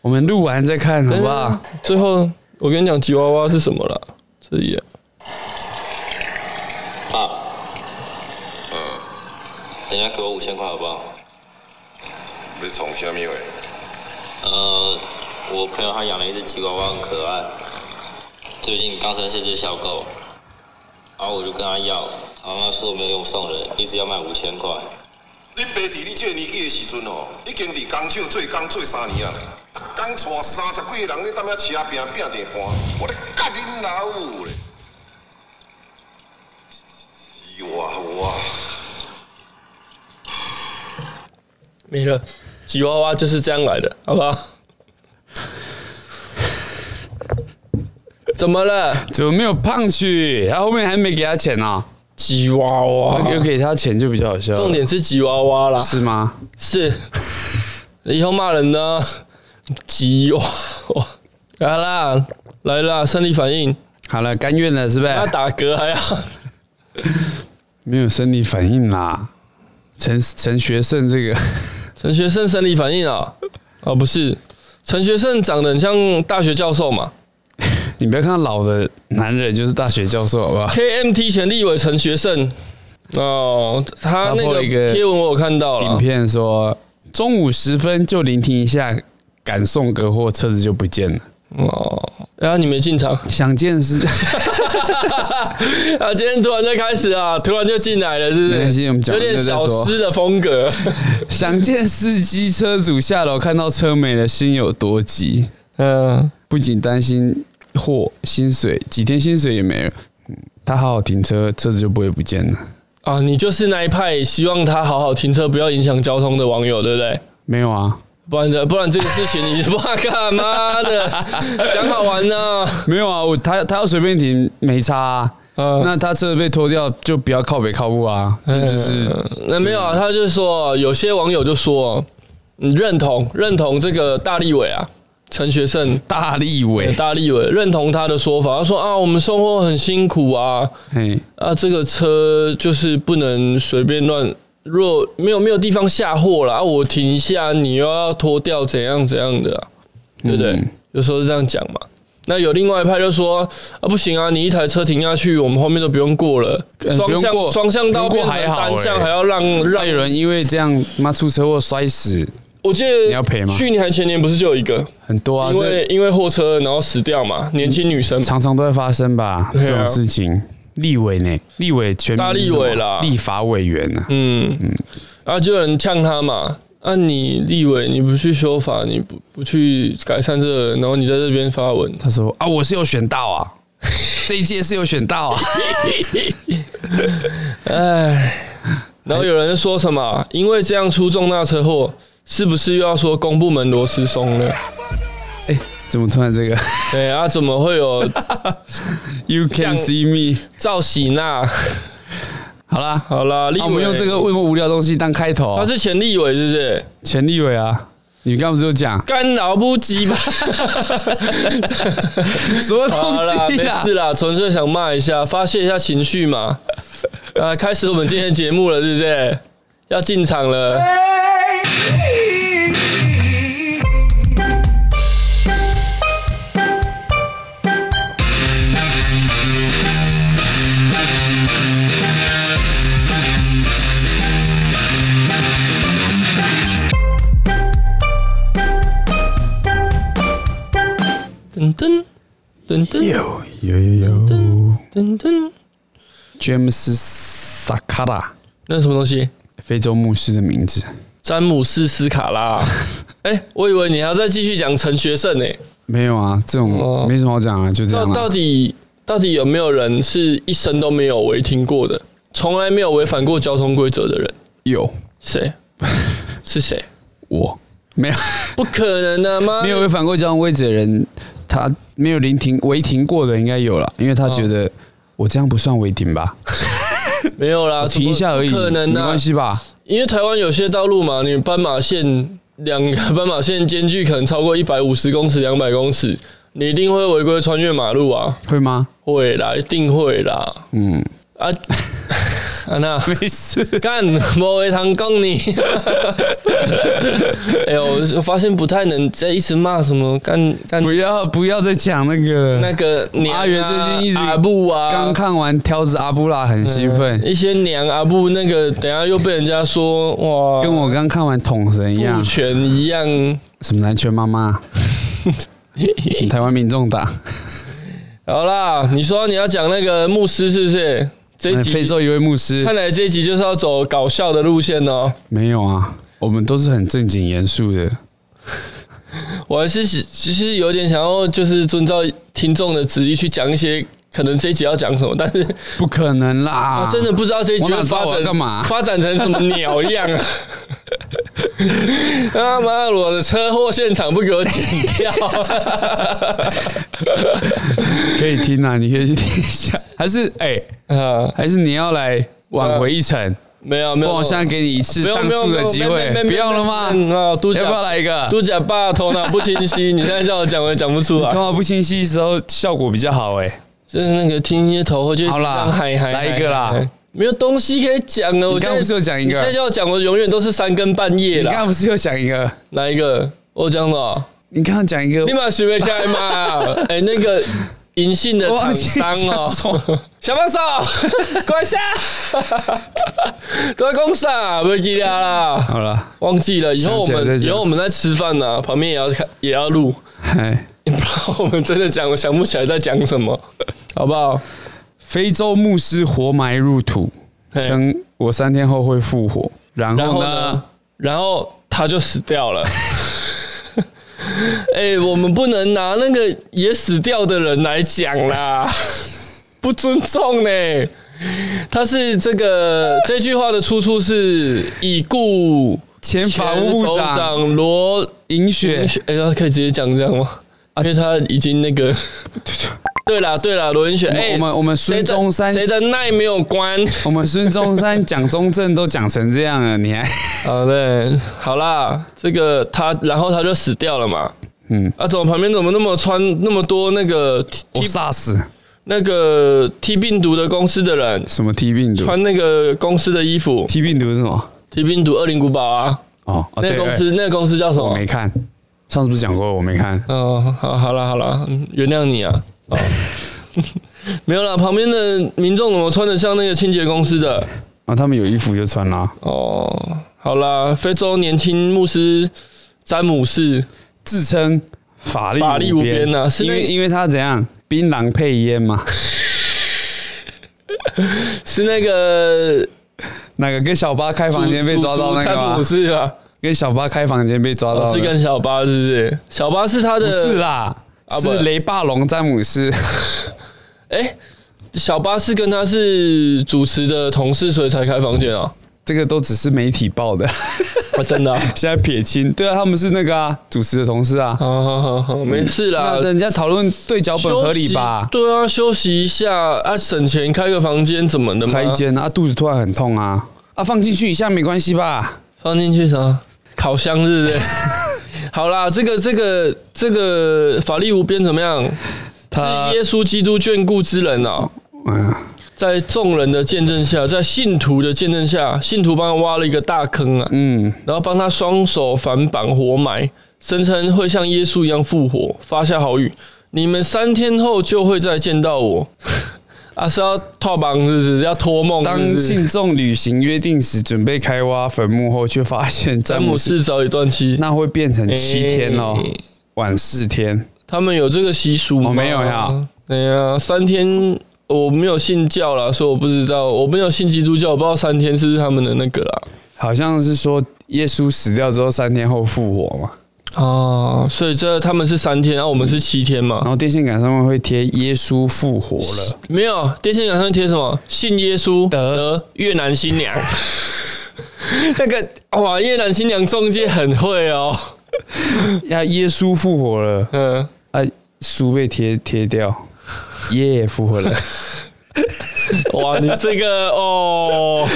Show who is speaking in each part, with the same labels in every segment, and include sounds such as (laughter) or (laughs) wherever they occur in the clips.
Speaker 1: 我们录完再看
Speaker 2: 啊
Speaker 1: 好不好？
Speaker 2: 最后我跟你讲吉娃娃是什么啦？这里、啊，
Speaker 3: 啊，
Speaker 4: 嗯，
Speaker 3: 等一下给我五千块好不好？
Speaker 4: 你从虾米位？
Speaker 3: 呃，我朋友他养了一只吉娃娃，很可爱，最近刚生是只小狗，然后我就跟他要，他妈说没有用送人，一直要卖五千块。
Speaker 4: 你爸伫你这个年纪的时阵哦，已经伫工厂做工做三年啊，工带三十几个人咧，踮遐车拼拼地盘，我咧干恁老母咧！是哇哇，
Speaker 2: 没了。吉娃娃就是这样来的，好不好？怎么了？
Speaker 1: 怎么没有胖去？他后面还没给他钱呢、
Speaker 2: 吉娃
Speaker 1: 哦，
Speaker 2: 娃，
Speaker 1: 又给他钱就比较好笑了。
Speaker 2: 重点啊是吉娃娃啦，
Speaker 1: 是吗？
Speaker 2: 是。以后骂人呢，吉娃娃，来啦，来啦，生理反应，
Speaker 1: 好了，甘愿了是不是？
Speaker 2: 他打嗝还要
Speaker 1: 没有生理反应啦。陈陈学圣这个 (laughs)
Speaker 2: 陈学圣生理反应啊？哦，不是，陈学圣长得很像大学教授嘛
Speaker 1: 你不要看他老的男人就是大学教授，好
Speaker 2: (laughs)
Speaker 1: 不好？
Speaker 2: ，KMT 前立委陈学圣。哦，他那
Speaker 1: 他 po
Speaker 2: 个
Speaker 1: 了一个
Speaker 2: 贴文我有看到
Speaker 1: 影
Speaker 2: 了，
Speaker 1: 片说中午时分就聆听一下，赶送个货，车子就不见了。
Speaker 2: 哦，然后你没进场， (laughs)
Speaker 1: 想见是
Speaker 2: 啊，今天突然就开始啊，突然就进来了，是不
Speaker 1: 没关系
Speaker 2: 是？
Speaker 1: 我们讲
Speaker 2: 有
Speaker 1: 完
Speaker 2: 点
Speaker 1: 就再
Speaker 2: 小
Speaker 1: 说
Speaker 2: 师的风
Speaker 1: (laughs)
Speaker 2: 格。
Speaker 1: (laughs) 想见司机车主下楼看到车没了，心有多急，
Speaker 2: 嗯，
Speaker 1: 不仅担心货薪水，几天薪水也没了。嗯他好好停车，车子就不会不见了。
Speaker 2: 啊，你就是那一派希望他好好停车，不要影响交通的网友，对不对？
Speaker 1: 没有啊，
Speaker 2: 不然的，不然这个事情你哇干
Speaker 1: (laughs)
Speaker 2: 嘛的？讲好玩呢、
Speaker 1: 没有啊，我他他要随便停没差、啊，
Speaker 2: 嗯
Speaker 1: 那他车被拖掉就不要靠北靠步啊，这就是
Speaker 2: 那没有啊，他就说有些网友就说，嗯，认同认同这个大立委啊，陈学圣
Speaker 1: 大立
Speaker 2: 对
Speaker 1: 委，
Speaker 2: 大立委认同他的说法，他说啊，我们送货很辛苦啊，
Speaker 1: 嘿，
Speaker 2: 啊，这个车就是不能随便乱，若没有没有地方下货啦，啊，我停一下，你又要拖掉，怎样怎样的啊、对不对？
Speaker 1: 嗯
Speaker 2: 有时候是这样讲嘛。那有另外一派就说啊，不行啊，你一台车停下去，我们后面都不用过了，
Speaker 1: 呃
Speaker 2: 双
Speaker 1: 不用过
Speaker 2: 向双向道
Speaker 1: 不
Speaker 2: 变
Speaker 1: 用过
Speaker 2: 成
Speaker 1: 还好
Speaker 2: 单向，
Speaker 1: 欸
Speaker 2: 还要让让
Speaker 1: 那有人因为这样妈出车祸摔死
Speaker 2: 我记
Speaker 1: 你要赔
Speaker 2: 得
Speaker 1: 吗
Speaker 2: 去年还前年不是就有一个，
Speaker 1: 很多啊，
Speaker 2: 因
Speaker 1: 这
Speaker 2: 为因为货车然后死掉嘛，年轻女生嘛。
Speaker 1: 常常都会发生吧
Speaker 2: 啊
Speaker 1: 这种事情。立委呢？立委全名
Speaker 2: 大
Speaker 1: 是
Speaker 2: 立
Speaker 1: 什么
Speaker 2: 委啦
Speaker 1: 立法委员啊，
Speaker 2: 嗯，然后就有人呛他嘛，啊，你立委你不去修法，你不不去改善这个然后你在这边发文，
Speaker 1: 他说啊，我是有选到 (laughs) 啊，这一届是有选到 (laughs) 啊，
Speaker 2: 然后有人就说什么，因为这样出重大车祸，是不是又要说公部门螺丝松了？
Speaker 1: 哎、怎么突然这个
Speaker 2: 对啊，怎么会有
Speaker 1: You can
Speaker 2: 像
Speaker 1: see me？
Speaker 2: 赵喜娜？ (laughs)
Speaker 1: 好啦，
Speaker 2: 好啦，立
Speaker 1: 那、啊
Speaker 2: 委、
Speaker 1: 我们用这个，为什么无聊的东西当开头、
Speaker 2: 他是前立委是不是？
Speaker 1: 前立委啊，你刚刚不是有讲
Speaker 2: 干扰不
Speaker 1: (laughs)
Speaker 2: 及吧？
Speaker 1: 什么东
Speaker 2: 好啦，
Speaker 1: 西
Speaker 2: 没
Speaker 1: 啊？
Speaker 2: 事啦，纯粹想骂一下，发泄一下情绪嘛。啊，开始我们今天的节目了，是不是？要进场了。噔噔噔噔
Speaker 1: 有有有有
Speaker 2: 噔噔噔，
Speaker 1: ，James Sakara，
Speaker 2: 那是什么东西？
Speaker 1: 非洲牧师的名字。
Speaker 2: 詹姆斯·斯卡拉。哎、我以为你还要再继续讲陈学圣呢、
Speaker 1: 没有啊，这
Speaker 2: 哦
Speaker 1: 种没什么好讲啊，就这
Speaker 2: 到
Speaker 1: 样
Speaker 2: 到
Speaker 1: 啦。
Speaker 2: 底到底有没有人是一生都没有违停过的，从来没有违反过交通规则的人？
Speaker 1: 有 (laughs)
Speaker 2: 谁？是谁？
Speaker 1: 我没有 (laughs)
Speaker 2: 不可能的、啊、吗？
Speaker 1: 没有违反过交通规则的人，他没有临停违停过的应该有了，因为他觉
Speaker 2: 哦
Speaker 1: 得我这样不算违停吧，
Speaker 2: 没有啦，
Speaker 1: 停一下而已，
Speaker 2: 怎么可能
Speaker 1: 没
Speaker 2: 啊
Speaker 1: 关，系吧？
Speaker 2: 因为台湾有些道路嘛，你斑马线两个斑马线间距可能超过一百五十公尺、两百公尺，你一定会违规穿越马路啊，
Speaker 1: 会吗？
Speaker 2: 会啦，一定会啦。
Speaker 1: 嗯，
Speaker 2: (laughs) 啊，安娜，
Speaker 1: 没事，
Speaker 2: 干，无会堂供你。 (laughs) 哎呦，我发现不太能再一直骂什么干
Speaker 1: (laughs)
Speaker 2: 干
Speaker 1: 不要不要再讲那个
Speaker 2: 那
Speaker 1: 了。
Speaker 2: 个娘啊
Speaker 1: 阿元最近一直
Speaker 2: 阿布啊，
Speaker 1: 刚看完挑子阿布拉很兴奋，
Speaker 2: 一些娘啊阿布那个，等一下又被人家说哇，
Speaker 1: 跟我刚看完桶神一样
Speaker 2: 父，权一样。
Speaker 1: 什么南拳妈
Speaker 2: (laughs)
Speaker 1: 妈，什么台湾民众党，
Speaker 2: 好啦，你说你要讲那个牧师是不是？这一
Speaker 1: 哎非
Speaker 2: 集
Speaker 1: 洲一位牧师
Speaker 2: 看来这一集就是要走搞笑的路线哦。
Speaker 1: 没有啊，我们都是很正经严肃的。
Speaker 2: 我还是喜其实有点想要，就是遵照听众的旨意去讲一些可能这一集要讲什么，但是
Speaker 1: 不可能啦！
Speaker 2: 我哦真的不知道这一集
Speaker 1: 啊我哪
Speaker 2: 会
Speaker 1: 知道
Speaker 2: 发
Speaker 1: 我要
Speaker 2: 展
Speaker 1: 干嘛？
Speaker 2: 发展成什么鸟样啊！ (laughs) 他妈的，我的车祸现场不给我剪
Speaker 1: (laughs)
Speaker 2: 掉，
Speaker 1: 可以听啊，你可以去听一下。还是哎、
Speaker 2: 啊，
Speaker 1: 还是你要来挽回一程？
Speaker 2: 没有没
Speaker 1: 不然
Speaker 2: 有，
Speaker 1: 我现在给你一次
Speaker 2: 不用
Speaker 1: 上诉的机会，不用了吗？
Speaker 2: 嗯啊，都
Speaker 1: 要不要来一个？
Speaker 2: 都假爸头脑不清
Speaker 1: (laughs)
Speaker 2: 晰，你现在叫我讲我也讲不出来
Speaker 1: 头，脑不清晰的时候效果比较好哎、
Speaker 2: 就是那个听一些头就
Speaker 1: 好啦
Speaker 2: 嗨嗨，
Speaker 1: 来一个啦
Speaker 2: 嗨，嗨没有东西可以讲了。我
Speaker 1: 你刚
Speaker 2: 现
Speaker 1: 刚
Speaker 2: 在
Speaker 1: 不是有讲一个
Speaker 2: 你现在叫我讲，我永远都是三更半夜
Speaker 1: 你刚
Speaker 2: 啦。
Speaker 1: 刚不是有讲一个？
Speaker 2: 哪一个？哦我讲了，
Speaker 1: 你刚刚讲一个
Speaker 2: 立，马学会开嘛。
Speaker 1: (laughs)
Speaker 2: 哎，那个银杏的
Speaker 1: 我
Speaker 2: 厂
Speaker 1: 忘记
Speaker 2: 商
Speaker 1: 讲什
Speaker 2: 哦
Speaker 1: 么，
Speaker 2: 小帮手，关下，都在工上，不记得啦，
Speaker 1: (laughs) 好了，
Speaker 2: 忘记了。以后我
Speaker 1: 想起来再
Speaker 2: 们
Speaker 1: 讲
Speaker 2: 以后我们在吃饭呢，旁边也要看也要录。
Speaker 1: 哎，
Speaker 2: 不然我们真的讲，我想不起来在讲什么，好不好？
Speaker 1: 非洲牧师活埋入土，
Speaker 2: 嘿
Speaker 1: 称我三天后会复活，然
Speaker 2: 然
Speaker 1: 后
Speaker 2: 后
Speaker 1: 呢
Speaker 2: 呢？？然后他就死掉 (laughs) 了。哎、我们不能拿那个也死掉的人来讲 (laughs) 啦，不尊重呢、他是这个这句话的出处是已故
Speaker 1: 前法务
Speaker 2: 前
Speaker 1: 部
Speaker 2: 首
Speaker 1: 长
Speaker 2: 长罗啊
Speaker 1: 尹雪
Speaker 2: 允许，哎、可以直接讲这样吗？因为他已经那 (laughs) 个，对啦对啦，罗云雪，哎、
Speaker 1: 我们我们孙
Speaker 2: 谁的
Speaker 1: 中山
Speaker 2: 谁的奈没有关？
Speaker 1: 我们孙中山、蒋中正都讲成这样了，你
Speaker 2: (laughs)
Speaker 1: 还
Speaker 2: 好嘞，好啦，这个他，然后他就死掉了嘛。嗯，啊，怎么旁边怎么那么穿那么多那个 T
Speaker 1: 我
Speaker 2: T-
Speaker 1: 杀死
Speaker 2: 那个 T 病毒的公司的人
Speaker 1: 什么 T 病毒
Speaker 2: 穿那个公司的衣服
Speaker 1: ？T 病毒是什么？
Speaker 2: ？T 病毒二零古堡啊，
Speaker 1: 哦，哦
Speaker 2: 那
Speaker 1: 对
Speaker 2: 个公
Speaker 1: 哎
Speaker 2: 司那个公司叫什
Speaker 1: 我
Speaker 2: 么
Speaker 1: 没？看，上次不是讲过我没看。
Speaker 2: 哦，好，好了好了，嗯原谅你啊。哦， (laughs) 没有啦，旁边的民众怎么穿的像那个清洁公司的？
Speaker 1: 啊，他们有衣服就穿啦。
Speaker 2: 哦，好啦，非洲年轻牧师詹姆士，
Speaker 1: 自称法力
Speaker 2: 法力无边呐是
Speaker 1: 因
Speaker 2: 那
Speaker 1: 为因为他怎样，槟榔配烟
Speaker 2: (laughs)
Speaker 1: 嘛，
Speaker 2: 是那个
Speaker 1: 那个跟小巴开
Speaker 2: 主
Speaker 1: 房间被抓到那
Speaker 2: 主
Speaker 1: 个
Speaker 2: 詹姆
Speaker 1: 吗？
Speaker 2: 士啊，
Speaker 1: 跟小巴开房间被抓到
Speaker 2: 哦
Speaker 1: 的
Speaker 2: 是跟小巴是不是？小巴是他的
Speaker 1: 不是啦，
Speaker 2: 啊不
Speaker 1: 是雷霸龙詹姆斯， (laughs)
Speaker 2: 哎、小巴是跟他是主持的同事，所以才开房间 (laughs) 啊。
Speaker 1: 这个都只是媒体报的， (laughs)
Speaker 2: 啊，真的、啊，
Speaker 1: 现在撇清。对啊，他们是那个啊，主持的同事啊。
Speaker 2: 好好好好，没事啦
Speaker 1: 那。人家讨论对脚本合理吧
Speaker 2: 休息？对啊，休息一下啊，省钱开个房间怎么的嘛？
Speaker 1: 开一间啊，肚子突然很痛啊，啊放进去一下没关系吧？
Speaker 2: 放进去啥？烤箱是 (laughs) 不是？好啦，这个这个这个法力无边怎么样？
Speaker 1: 他
Speaker 2: 是耶稣基督眷顾之人哦。
Speaker 1: 嗯，
Speaker 2: 在众人的见证下，在信徒的见证下，信徒帮他挖了一个大坑啊，嗯，然后帮他双手反绑活埋，声称会像耶稣一样复活，发下好语，你们三天后就会再见到我。 (laughs) 啊，是要套绑是不是？要托梦是
Speaker 1: 当
Speaker 2: 不是？
Speaker 1: 信众履行约定时，准备开挖坟墓后，却发现詹
Speaker 2: 詹
Speaker 1: 姆
Speaker 2: 姆
Speaker 1: 斯
Speaker 2: 斯早已断气，
Speaker 1: 那会变成七天哦
Speaker 2: 哎，
Speaker 1: 晚四天。
Speaker 2: 他们有这个习俗吗？
Speaker 1: 哦没有呀，
Speaker 2: 哎呀，三天我没有信教啦，所以我不知道，我没有信基督教，我不知道三天是不是他们的那个啦。
Speaker 1: 好像是说耶稣死掉之后三天后复活嘛，
Speaker 2: 哦，所以这他们是三天，然、后我们是七天嘛？
Speaker 1: 然后电线杆上面会贴耶稣复活了，
Speaker 2: 没有，电线杆上面贴什么？信耶稣
Speaker 1: 得
Speaker 2: 得越南新
Speaker 1: (laughs)
Speaker 2: 娘。那个哇，越南新娘中介很会哦。
Speaker 1: 呀，耶稣复活了，
Speaker 2: (laughs) 嗯，
Speaker 1: 啊，书被贴贴掉，耶复活了，
Speaker 2: 哇，你这
Speaker 1: (laughs)
Speaker 2: 个哦，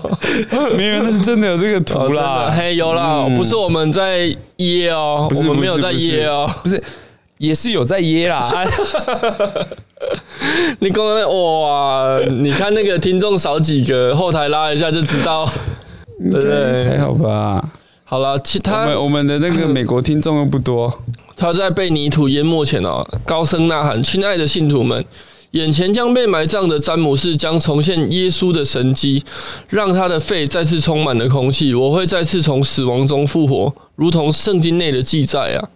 Speaker 1: (laughs) 没有，那是真的有这个
Speaker 2: 哦
Speaker 1: 图
Speaker 2: 真的
Speaker 1: 啦，
Speaker 2: 嘿，有啦，
Speaker 1: 嗯
Speaker 2: 不是我们在耶哦，
Speaker 1: 不是
Speaker 2: 我们没有在耶哦。
Speaker 1: 不是，也是有在耶啦，啊
Speaker 2: 你刚刚那哇，你看那个听众少几个，后台拉一下就知道，对不
Speaker 1: 哎还
Speaker 2: 对？啊
Speaker 1: 好吧？
Speaker 2: 好了，其
Speaker 1: 我
Speaker 2: 他
Speaker 1: 们我们的那个美国听众又不多，
Speaker 2: 他在被泥土淹没前哦，高声呐喊：“亲爱的信徒们，眼前将被埋葬的詹姆士将重现耶稣的神迹，让他的肺再次充满了空气。我会再次从死亡中复活，如同圣经内的记载啊。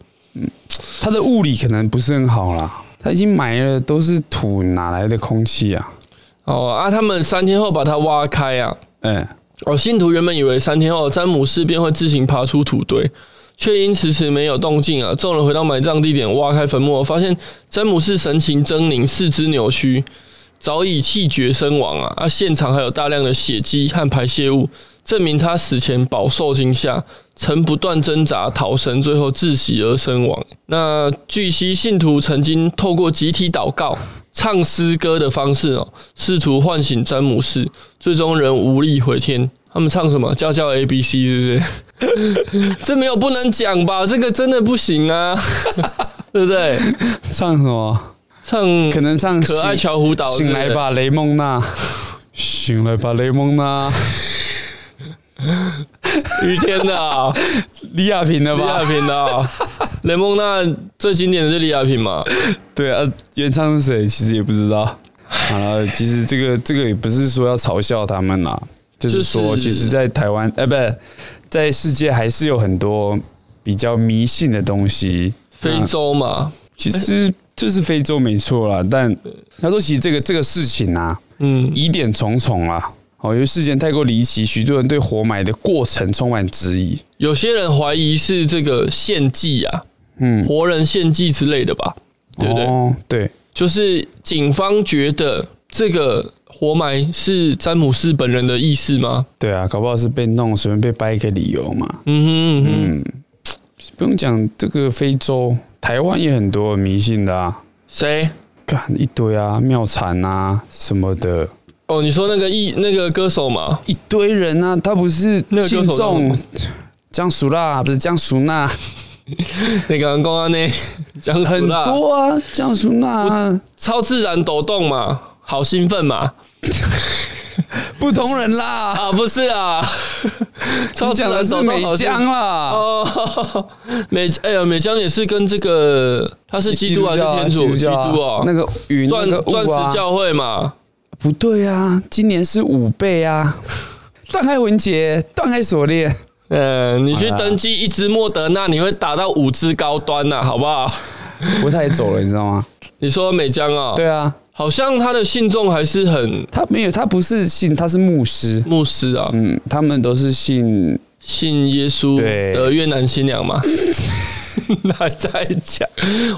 Speaker 1: 他的物理可能不是很好啦。他已经埋了，都是土，哪来的空气啊？
Speaker 2: 哦啊，他们三天后把它挖开啊。
Speaker 1: 嗯，
Speaker 2: 哦，信徒原本以为三天后詹姆士便会自行爬出土堆，却因迟迟没有动静啊。众人回到埋葬地点，挖开坟墓，发现詹姆士神情狰狞，四肢扭曲，早已气绝身亡啊！啊，现场还有大量的血迹和排泄物，证明他死前饱受惊吓，曾不断挣扎逃生，最后窒息而身亡。那据悉，信徒曾经透过集体祷告、唱诗歌的方式哦，试图唤醒詹姆士，最终仍无力回天。他们唱什么？叫叫 A B C 是不是？ (laughs) 这没有不能讲吧？这个真的不行啊， (laughs) 对不对？
Speaker 1: 唱什么？
Speaker 2: 唱
Speaker 1: 可能唱
Speaker 2: 可爱
Speaker 1: 醒
Speaker 2: 乔湖岛，
Speaker 1: 醒来
Speaker 2: 对不对
Speaker 1: 吧，雷蒙娜！醒来吧，雷蒙娜！
Speaker 2: (laughs) 雨天的啊、
Speaker 1: (laughs) 李亚平的
Speaker 2: 李
Speaker 1: 吧
Speaker 2: 亚？平的、啊，雷蒙娜最经典的是李亚平嘛？
Speaker 1: (laughs) 对啊，原唱是谁其实也不知道。好了，其实这个这个也不是说要嘲笑他们啦，就是说，
Speaker 2: 就是
Speaker 1: 其实，在台湾，呃，不，在世界还是有很多比较迷信的东西。
Speaker 2: 非洲嘛，
Speaker 1: 其实就是非洲没错啦，但他说，其实这个这个事情啊，
Speaker 2: 嗯，
Speaker 1: 疑点重重啊。哦，因为事件太过离奇，许多人对活埋的过程充满质疑。
Speaker 2: 有些人怀疑是这个献祭啊，
Speaker 1: 嗯，
Speaker 2: 活人献祭之类的吧，对不对？
Speaker 1: 哦，对，
Speaker 2: 就是警方觉得这个活埋是詹姆斯本人的意思吗？
Speaker 1: 对啊，搞不好是被弄，随便被掰一个理由嘛。
Speaker 2: 嗯哼嗯哼，
Speaker 1: 不用讲，这个非洲、台湾也很多迷信的啊，
Speaker 2: 谁？
Speaker 1: 干一堆啊，庙产啊什么的，
Speaker 2: 哦，你说那个艺那个歌手嘛？ (laughs)
Speaker 1: 一堆人啊，他不是
Speaker 2: 那个歌手
Speaker 1: 信
Speaker 2: 叫什
Speaker 1: 众
Speaker 2: 么
Speaker 1: 江苏啦，不是江苏那，
Speaker 2: 那个公安呢？讲死
Speaker 1: (laughs) 很
Speaker 2: 啦
Speaker 1: 多啊，江苏那
Speaker 2: 超自然抖动嘛，好兴奋嘛！
Speaker 1: 不同人啦，
Speaker 2: 啊，不是啊，超
Speaker 1: (laughs) 你讲的是美江啦，
Speaker 2: 哦， (laughs) 美哎呀，美江也是跟这个他是基督还是
Speaker 1: 教啊
Speaker 2: 天主？基
Speaker 1: 教啊
Speaker 2: 督啊，
Speaker 1: 那个云那
Speaker 2: 钻
Speaker 1: 个
Speaker 2: 钻
Speaker 1: 雾啊
Speaker 2: 石，教会嘛，
Speaker 1: 不对啊，今年是五倍啊， (laughs) 断开文杰，断开锁链。 (laughs)
Speaker 2: 嗯，你去
Speaker 1: 好啦
Speaker 2: 登记一支莫德纳，你会打到五支高端呐、好不好？
Speaker 1: 不太走了，你知道吗？
Speaker 2: 你说美江啊、
Speaker 1: 对啊，
Speaker 2: 好像他的信众还是很
Speaker 1: 他没有，他不是信，他是牧师。
Speaker 2: 牧师啊，
Speaker 1: 嗯，他们都是信
Speaker 2: 信耶稣
Speaker 1: 对
Speaker 2: 的越南新娘 (laughs) 嘛。还在讲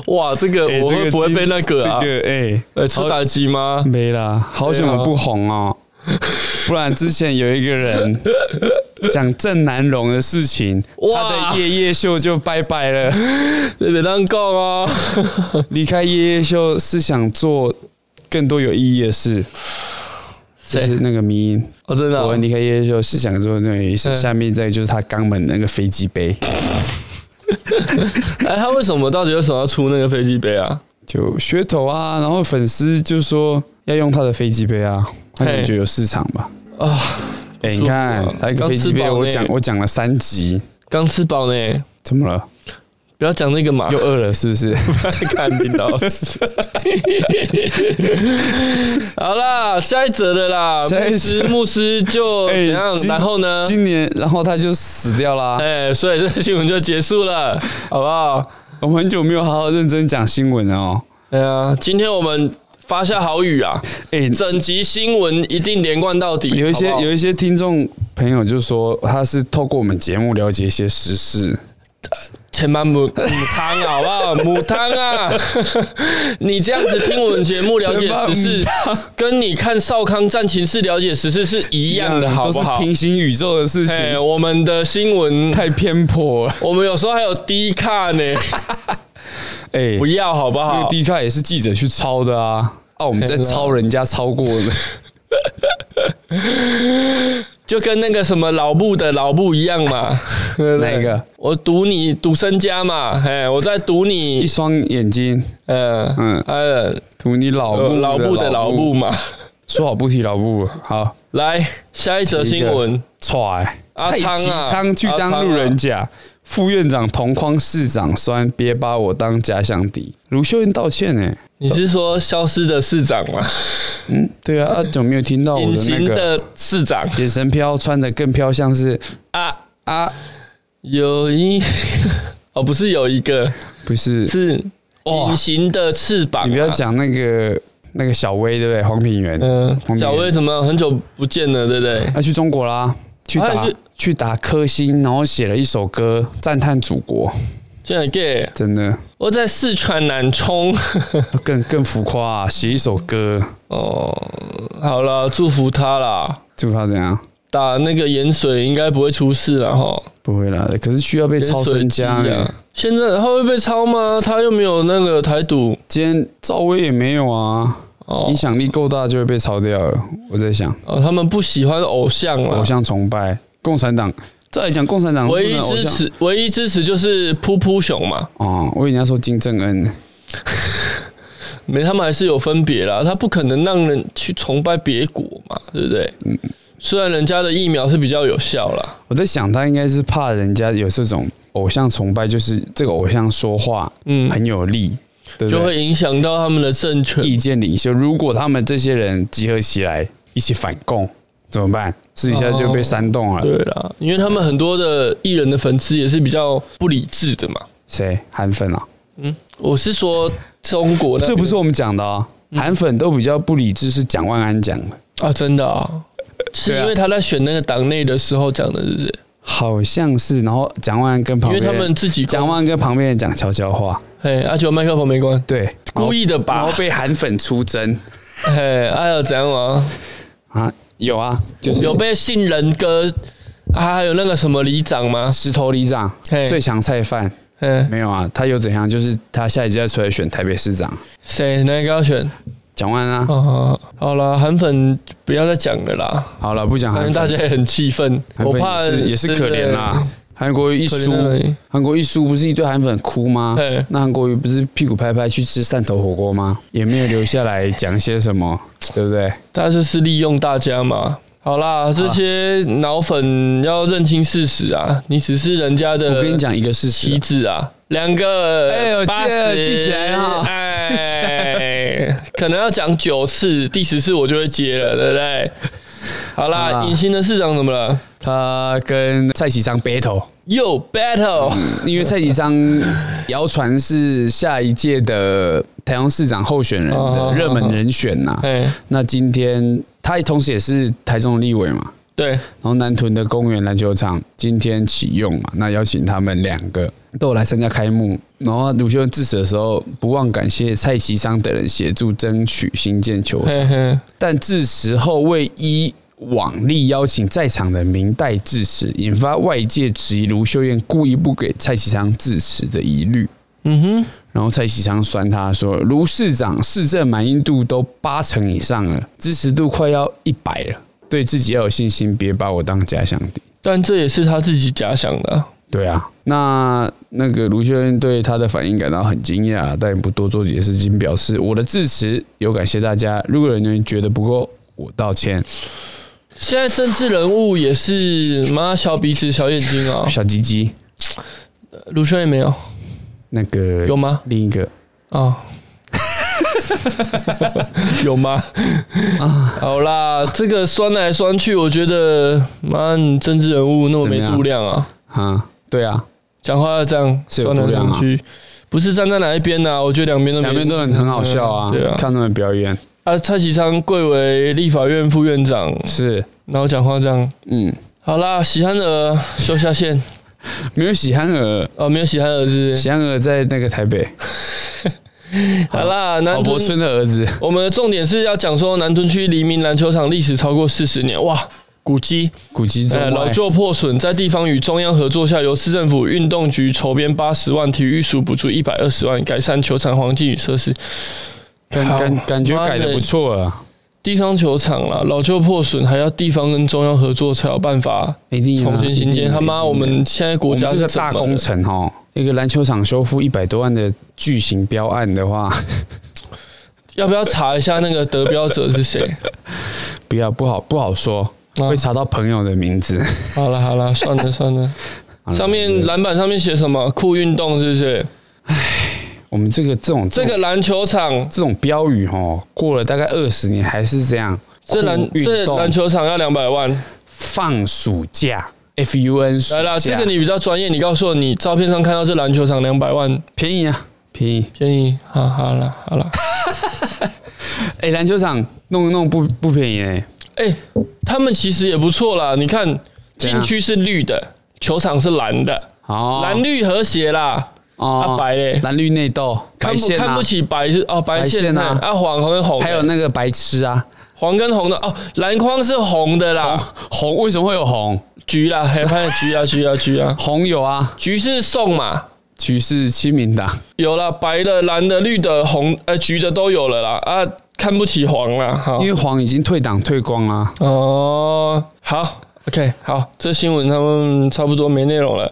Speaker 2: 哇，哎这个
Speaker 1: 欸
Speaker 2: 我
Speaker 1: 这
Speaker 2: 会
Speaker 1: 个
Speaker 2: 不会被那个啊？
Speaker 1: 这个哎、
Speaker 2: 呃，出打击吗？
Speaker 1: 没啦，好险我不红哦，
Speaker 2: 啊
Speaker 1: 不然之前有一个
Speaker 2: (laughs)
Speaker 1: 人讲郑南荣的事情，
Speaker 2: 哇
Speaker 1: 他的夜夜秀就拜拜了。
Speaker 2: 你别当讲
Speaker 1: (laughs)
Speaker 2: 啊！
Speaker 1: 离开夜夜秀是想做更多有意义的事，就
Speaker 2: 谁
Speaker 1: 是？那个迷音。
Speaker 2: 哦，真的啊、
Speaker 1: 我离开夜夜秀是想做那个有意思。
Speaker 2: 嗯
Speaker 1: 下面再就是他肛门那个飞机杯，
Speaker 2: 哎，他为什么到底为什么要出那个飞机杯啊？
Speaker 1: 就噱头啊，然后粉丝就说要用他的飞机杯啊，他感觉有市场吧。
Speaker 2: 啊，
Speaker 1: 哎、你看
Speaker 2: 舒服啊
Speaker 1: 他一个飞机
Speaker 2: 刚吃
Speaker 1: 杯，
Speaker 2: 饱
Speaker 1: 我
Speaker 2: 呢
Speaker 1: 讲我讲了三集，
Speaker 2: 刚吃饱呢，
Speaker 1: 怎么了？
Speaker 2: 不要讲那个嘛
Speaker 1: 又，饿了是不
Speaker 2: (laughs)
Speaker 1: 是？
Speaker 2: 看领导。
Speaker 1: (laughs)
Speaker 2: 好啦，下一则的啦，
Speaker 1: 下一
Speaker 2: 牧
Speaker 1: 则哎
Speaker 2: 师牧师就怎样？
Speaker 1: 今
Speaker 2: 然后呢？
Speaker 1: 今年，然后他就死掉啦。
Speaker 2: 哎，所以这个新闻就结束了，好不好？
Speaker 1: 我们很久没有好好认真讲新闻了哦。
Speaker 2: 哎呀，今天我们发下好语啊，
Speaker 1: 哎、
Speaker 2: 整集新闻一定连贯到底。
Speaker 1: 有一些
Speaker 2: 好不好
Speaker 1: 有一些听众朋友就说他是透过我们节目了解一些时事，
Speaker 2: 千万母母汤啊好
Speaker 1: (laughs)
Speaker 2: 不好？母汤啊！ (laughs) 你这样子听我们节目了解时
Speaker 1: 千
Speaker 2: 事
Speaker 1: 万母，
Speaker 2: 跟你看《少康战情室》了解时事是一样的，好不
Speaker 1: 都
Speaker 2: 好
Speaker 1: 是？平行宇宙的事情，
Speaker 2: 哎，我们的新闻，
Speaker 1: 太偏颇了。
Speaker 2: 我们有时候还有低卡
Speaker 1: (laughs)
Speaker 2: 呢，
Speaker 1: 哎、
Speaker 2: 不要好不
Speaker 1: 因为
Speaker 2: 好？
Speaker 1: D 卡也是记者去抄的哦啊，啊，我们在抄人家抄过的。
Speaker 2: 就跟那个什么老布的老布一样
Speaker 1: (laughs)
Speaker 2: 嘛。 (laughs) 对不对
Speaker 1: 哪一个？
Speaker 2: 我赌你赌身家嘛，哎，我在赌
Speaker 1: 一
Speaker 2: 你，
Speaker 1: 双眼睛，
Speaker 2: 呃
Speaker 1: 嗯
Speaker 2: 呃，
Speaker 1: 图你老布
Speaker 2: 老布的老布，嘛。
Speaker 1: 说好不提老布，好，
Speaker 2: 来，下一则新
Speaker 1: 呃
Speaker 2: 闻，
Speaker 1: 踹
Speaker 2: 阿
Speaker 1: 蔡
Speaker 2: 昌
Speaker 1: 其
Speaker 2: 啊
Speaker 1: 昌去当路人甲，副院长同框市长酸，别把我当假想敌。卢秀燕道歉呢，
Speaker 2: 你是说消失的市长吗？
Speaker 1: 嗯，对
Speaker 2: (laughs)
Speaker 1: 啊，啊，怎么没有听到我
Speaker 2: 隐
Speaker 1: 的那
Speaker 2: 形
Speaker 1: 个
Speaker 2: 的市长
Speaker 1: 眼神飘，穿的更飘，像是
Speaker 2: 啊，
Speaker 1: 啊，
Speaker 2: 有一 (laughs) 哦，不是有一个
Speaker 1: 不是，
Speaker 2: 是啊
Speaker 1: 哇
Speaker 2: 隐形的翅膀、
Speaker 1: 你不要，讲那个那个小薇对不对？黄品源，
Speaker 2: 嗯、
Speaker 1: 黄品源
Speaker 2: 小薇怎么很久不见了，对不对？
Speaker 1: 他去中国啦，去
Speaker 2: 啊
Speaker 1: 打
Speaker 2: 去
Speaker 1: 去打颗星，然后写了一首歌赞叹祖国，
Speaker 2: 这样 gay，
Speaker 1: 真的
Speaker 2: 我在四川南充。 (laughs)
Speaker 1: 更更浮夸、啊，写一首歌，
Speaker 2: 哦，好了，祝福他啦。
Speaker 1: 祝他怎样？
Speaker 2: 打那个盐水应该不会出事了哈，
Speaker 1: 不会啦，可是需要被
Speaker 2: 盐
Speaker 1: 超
Speaker 2: 水
Speaker 1: 身
Speaker 2: 鸡
Speaker 1: 家、欸
Speaker 2: 啊。。现在他会被抄吗？他又没有那个台独
Speaker 1: 今天赵薇也没有啊，
Speaker 2: 哦
Speaker 1: 影响力够大就会被抄掉了。我在想，
Speaker 2: 哦，他们不喜欢偶像了。
Speaker 1: 偶像崇拜，共产党。再来讲共产党
Speaker 2: 唯
Speaker 1: 是
Speaker 2: 一
Speaker 1: 不能偶
Speaker 2: 支
Speaker 1: 像
Speaker 2: 持唯一支持就是噗噗熊嘛，
Speaker 1: 哦，我以为你要说金正恩，
Speaker 2: 没他们还是有分别啦，他不可能让人去崇拜别国嘛，对不对？
Speaker 1: 嗯
Speaker 2: 虽然人家的疫苗是比较有效啦，
Speaker 1: 我在想他应该是怕人家有这种偶像崇拜，就是这个偶像说话
Speaker 2: 嗯，
Speaker 1: 很有力，对不对
Speaker 2: 就会影响到他们的政权。
Speaker 1: 意见领袖，如果他们这些人集合起来一起反共，怎么办？试一下就被煽动了。
Speaker 2: 对啦，因为他们很多的艺人的粉丝也是比较不理智的嘛。
Speaker 1: 谁？韩粉啊？
Speaker 2: 我是说中国那
Speaker 1: 这
Speaker 2: 边，
Speaker 1: 不是我们讲的啊、
Speaker 2: 嗯
Speaker 1: 韩粉都比较不理智，是蒋万安讲的，
Speaker 2: 啊，真的啊，是
Speaker 1: 对啊
Speaker 2: 因为他在选那个党内的时候讲的，是不是？
Speaker 1: 好像是。然后蒋万安跟旁
Speaker 2: 因为
Speaker 1: 边
Speaker 2: 他们自己
Speaker 1: 蒋万安跟旁边人讲悄悄话，
Speaker 2: 嘿，阿九麦克风没关，
Speaker 1: 对，
Speaker 2: 故意的
Speaker 1: 然后
Speaker 2: 吧
Speaker 1: 然？后被韩粉出征
Speaker 2: 嘿，哎呦，怎样啊？
Speaker 1: 啊，有啊，就是
Speaker 2: 有被杏仁哥，啊还有那个什么里长吗？
Speaker 1: 啊石头里长
Speaker 2: 嘿
Speaker 1: 最强菜贩
Speaker 2: 嗯，
Speaker 1: 没有啊？他又怎样？就是他下一届要出来选台北市长，
Speaker 2: 谁哪一个要选？
Speaker 1: 蒋万安啊。
Speaker 2: 哦，好了，韩粉不要再讲了啦，
Speaker 1: 好了，不讲
Speaker 2: 反
Speaker 1: 韩
Speaker 2: 正
Speaker 1: 粉
Speaker 2: 大家也很气愤，
Speaker 1: 啊韩
Speaker 2: 我
Speaker 1: 粉
Speaker 2: 怕
Speaker 1: 也是也是可怜啦。韩国瑜一
Speaker 2: 可怜
Speaker 1: 输
Speaker 2: 在哪里，
Speaker 1: 韩国瑜一输不是一堆韩粉哭吗
Speaker 2: 嘿？
Speaker 1: 那韩国瑜不是屁股拍拍去吃汕头火锅吗？也没有留下来讲些什么，对不对？
Speaker 2: 大家就是利用大家嘛。好啦，这些脑粉要认清事实啊！你只是人家的，
Speaker 1: 我跟你讲一个事
Speaker 2: 旗
Speaker 1: 实，
Speaker 2: 子啊，两个
Speaker 1: 哎呦记
Speaker 2: 八十，
Speaker 1: 记起来了
Speaker 2: 哎，可能要讲九次，第十次我就会接了，对不对？好啦，
Speaker 1: 啊
Speaker 2: 隐形的市长怎么了？
Speaker 1: 他跟蔡启昌 battle，
Speaker 2: 又 battle，
Speaker 1: 因为蔡启昌谣传是下一届的台湾市长候选人
Speaker 2: 哦
Speaker 1: 的热门人选呐、
Speaker 2: 哎，
Speaker 1: 那今天他同时也是台中的立委嘛，
Speaker 2: 对，
Speaker 1: 然后南屯的公园篮球场今天启用嘛，那邀请他们两个都有来参加开幕。然后鲁秀恩致辞的时候，不忘感谢蔡其昌等人协助争取新建球场，
Speaker 2: 嘿嘿，
Speaker 1: 但致辞后未依往例邀请在场的明代致辞，引发外界质疑卢秀燕故意不给蔡其昌致辞的疑虑。
Speaker 2: 嗯哼，
Speaker 1: 然后蔡其昌酸他说：“卢市长市政满意度都八成以上了，支持度快要一百了，对自己要有信心，别把我当假想敌。”
Speaker 2: 但这也是他自己假想的啊、
Speaker 1: 对啊，那那个卢秀燕对他的反应感到很惊讶，但也不多做解释，仅表示我的支持有感谢大家。如果有人觉得不够，我道歉。
Speaker 2: 现在政治人物也是妈小鼻子小眼睛啊、
Speaker 1: 小鸡鸡，
Speaker 2: 卢轩也没有，
Speaker 1: 那个
Speaker 2: 有吗？
Speaker 1: 另一个
Speaker 2: 哦，有吗？好啦，这个酸来酸去，我觉得，妈，你政治人物那么没
Speaker 1: 怎么样
Speaker 2: 度量啊，
Speaker 1: (laughs) 啊，对啊，
Speaker 2: 讲话要这样
Speaker 1: 是有
Speaker 2: 酸来
Speaker 1: 度量啊
Speaker 2: 酸去，不是站在哪一边呐、我觉得两边都没
Speaker 1: 两边都很很好笑啊，
Speaker 2: 嗯对啊，
Speaker 1: 看他们表演
Speaker 2: 啊，蔡其昌贵为立法院副院长，
Speaker 1: 是，
Speaker 2: 然后讲话这样。
Speaker 1: 嗯，
Speaker 2: 好啦，喜憨儿秀下线
Speaker 1: 没有喜憨儿，
Speaker 2: 哦，没有喜憨儿是不是
Speaker 1: 喜憨儿在那个台北，
Speaker 2: 好啦，
Speaker 1: 郝
Speaker 2: 南
Speaker 1: 柏
Speaker 2: 屯
Speaker 1: 村的儿子，
Speaker 2: 我们的重点是要讲说南屯区黎明篮球场历史超过四十年，哇，古迹
Speaker 1: 古籍中
Speaker 2: 呃，老
Speaker 1: 外，
Speaker 2: 旧破损，在地方与中央合作下，由市政府运动局筹编八十万，体育署补助一百二十万，改善球场环境与设施。
Speaker 1: 感感感觉改的不错啊，
Speaker 2: 地方球场啦，老旧破损，还要地方跟中央合作才有办法
Speaker 1: 一定啊
Speaker 2: 重新
Speaker 1: 一
Speaker 2: 兴
Speaker 1: 定
Speaker 2: 建。
Speaker 1: 的
Speaker 2: 他妈，
Speaker 1: 一
Speaker 2: 我
Speaker 1: 定的
Speaker 2: 们现在
Speaker 1: 我
Speaker 2: 国
Speaker 1: 们
Speaker 2: 家
Speaker 1: 这
Speaker 2: 是
Speaker 1: 个
Speaker 2: 怎么
Speaker 1: 大
Speaker 2: 了
Speaker 1: 工，程哦，一个篮球场修复一百多万的巨型标案的话， (laughs)
Speaker 2: 要不要查一下那个得标者是谁？
Speaker 1: 不要不好不好说，(laughs)
Speaker 2: 啊
Speaker 1: 会查到朋友的名字。
Speaker 2: 好了好了，算了
Speaker 1: (laughs)
Speaker 2: 算了。上面篮板上面写什么酷运动是不是？
Speaker 1: 我们这个这种
Speaker 2: 这个篮球场，
Speaker 1: 这种标语哦，过了大概二十年还是这样。
Speaker 2: 这篮
Speaker 1: 酷
Speaker 2: 这
Speaker 1: 运动
Speaker 2: 篮球场要两百万。
Speaker 1: 放暑假，F U N 暑
Speaker 2: 来
Speaker 1: 假，
Speaker 2: 啦，这个你比较专业，你告诉我，你照片上看到这篮球场两百万
Speaker 1: 便宜啊，便宜。
Speaker 2: 便宜？好好了好了，
Speaker 1: 哎、篮球场弄一弄不不便宜哎、
Speaker 2: 哎、他们其实也不错啦。你看，
Speaker 1: 怎样
Speaker 2: 禁区是绿的，球场是蓝的，
Speaker 1: 啊哦，
Speaker 2: 蓝绿和谐啦。
Speaker 1: 哦
Speaker 2: 啊白嘞
Speaker 1: 蓝绿内斗，白
Speaker 2: 看不
Speaker 1: 线啊
Speaker 2: 看不起白是哦，白
Speaker 1: 白
Speaker 2: 线
Speaker 1: 线啊
Speaker 2: 啊，黄跟红的，
Speaker 1: 还有那个白痴啊，
Speaker 2: 黄跟红的哦，篮筐是红的啦，
Speaker 1: 红为什么会有红？
Speaker 2: 橘啦，还有还有橘啊，橘啊，橘
Speaker 1: (laughs)
Speaker 2: 啊，
Speaker 1: 红有啊，
Speaker 2: 橘是送嘛，
Speaker 1: 局是亲民党，
Speaker 2: 有啦，白的、蓝的、绿的、红呃橘的都有了啦啊，看不起黄啦，好
Speaker 1: 因为黄已经退党退光啊啦、
Speaker 2: 哦，好，OK，好，这新闻他们差不多没
Speaker 1: (laughs)
Speaker 2: 内容了。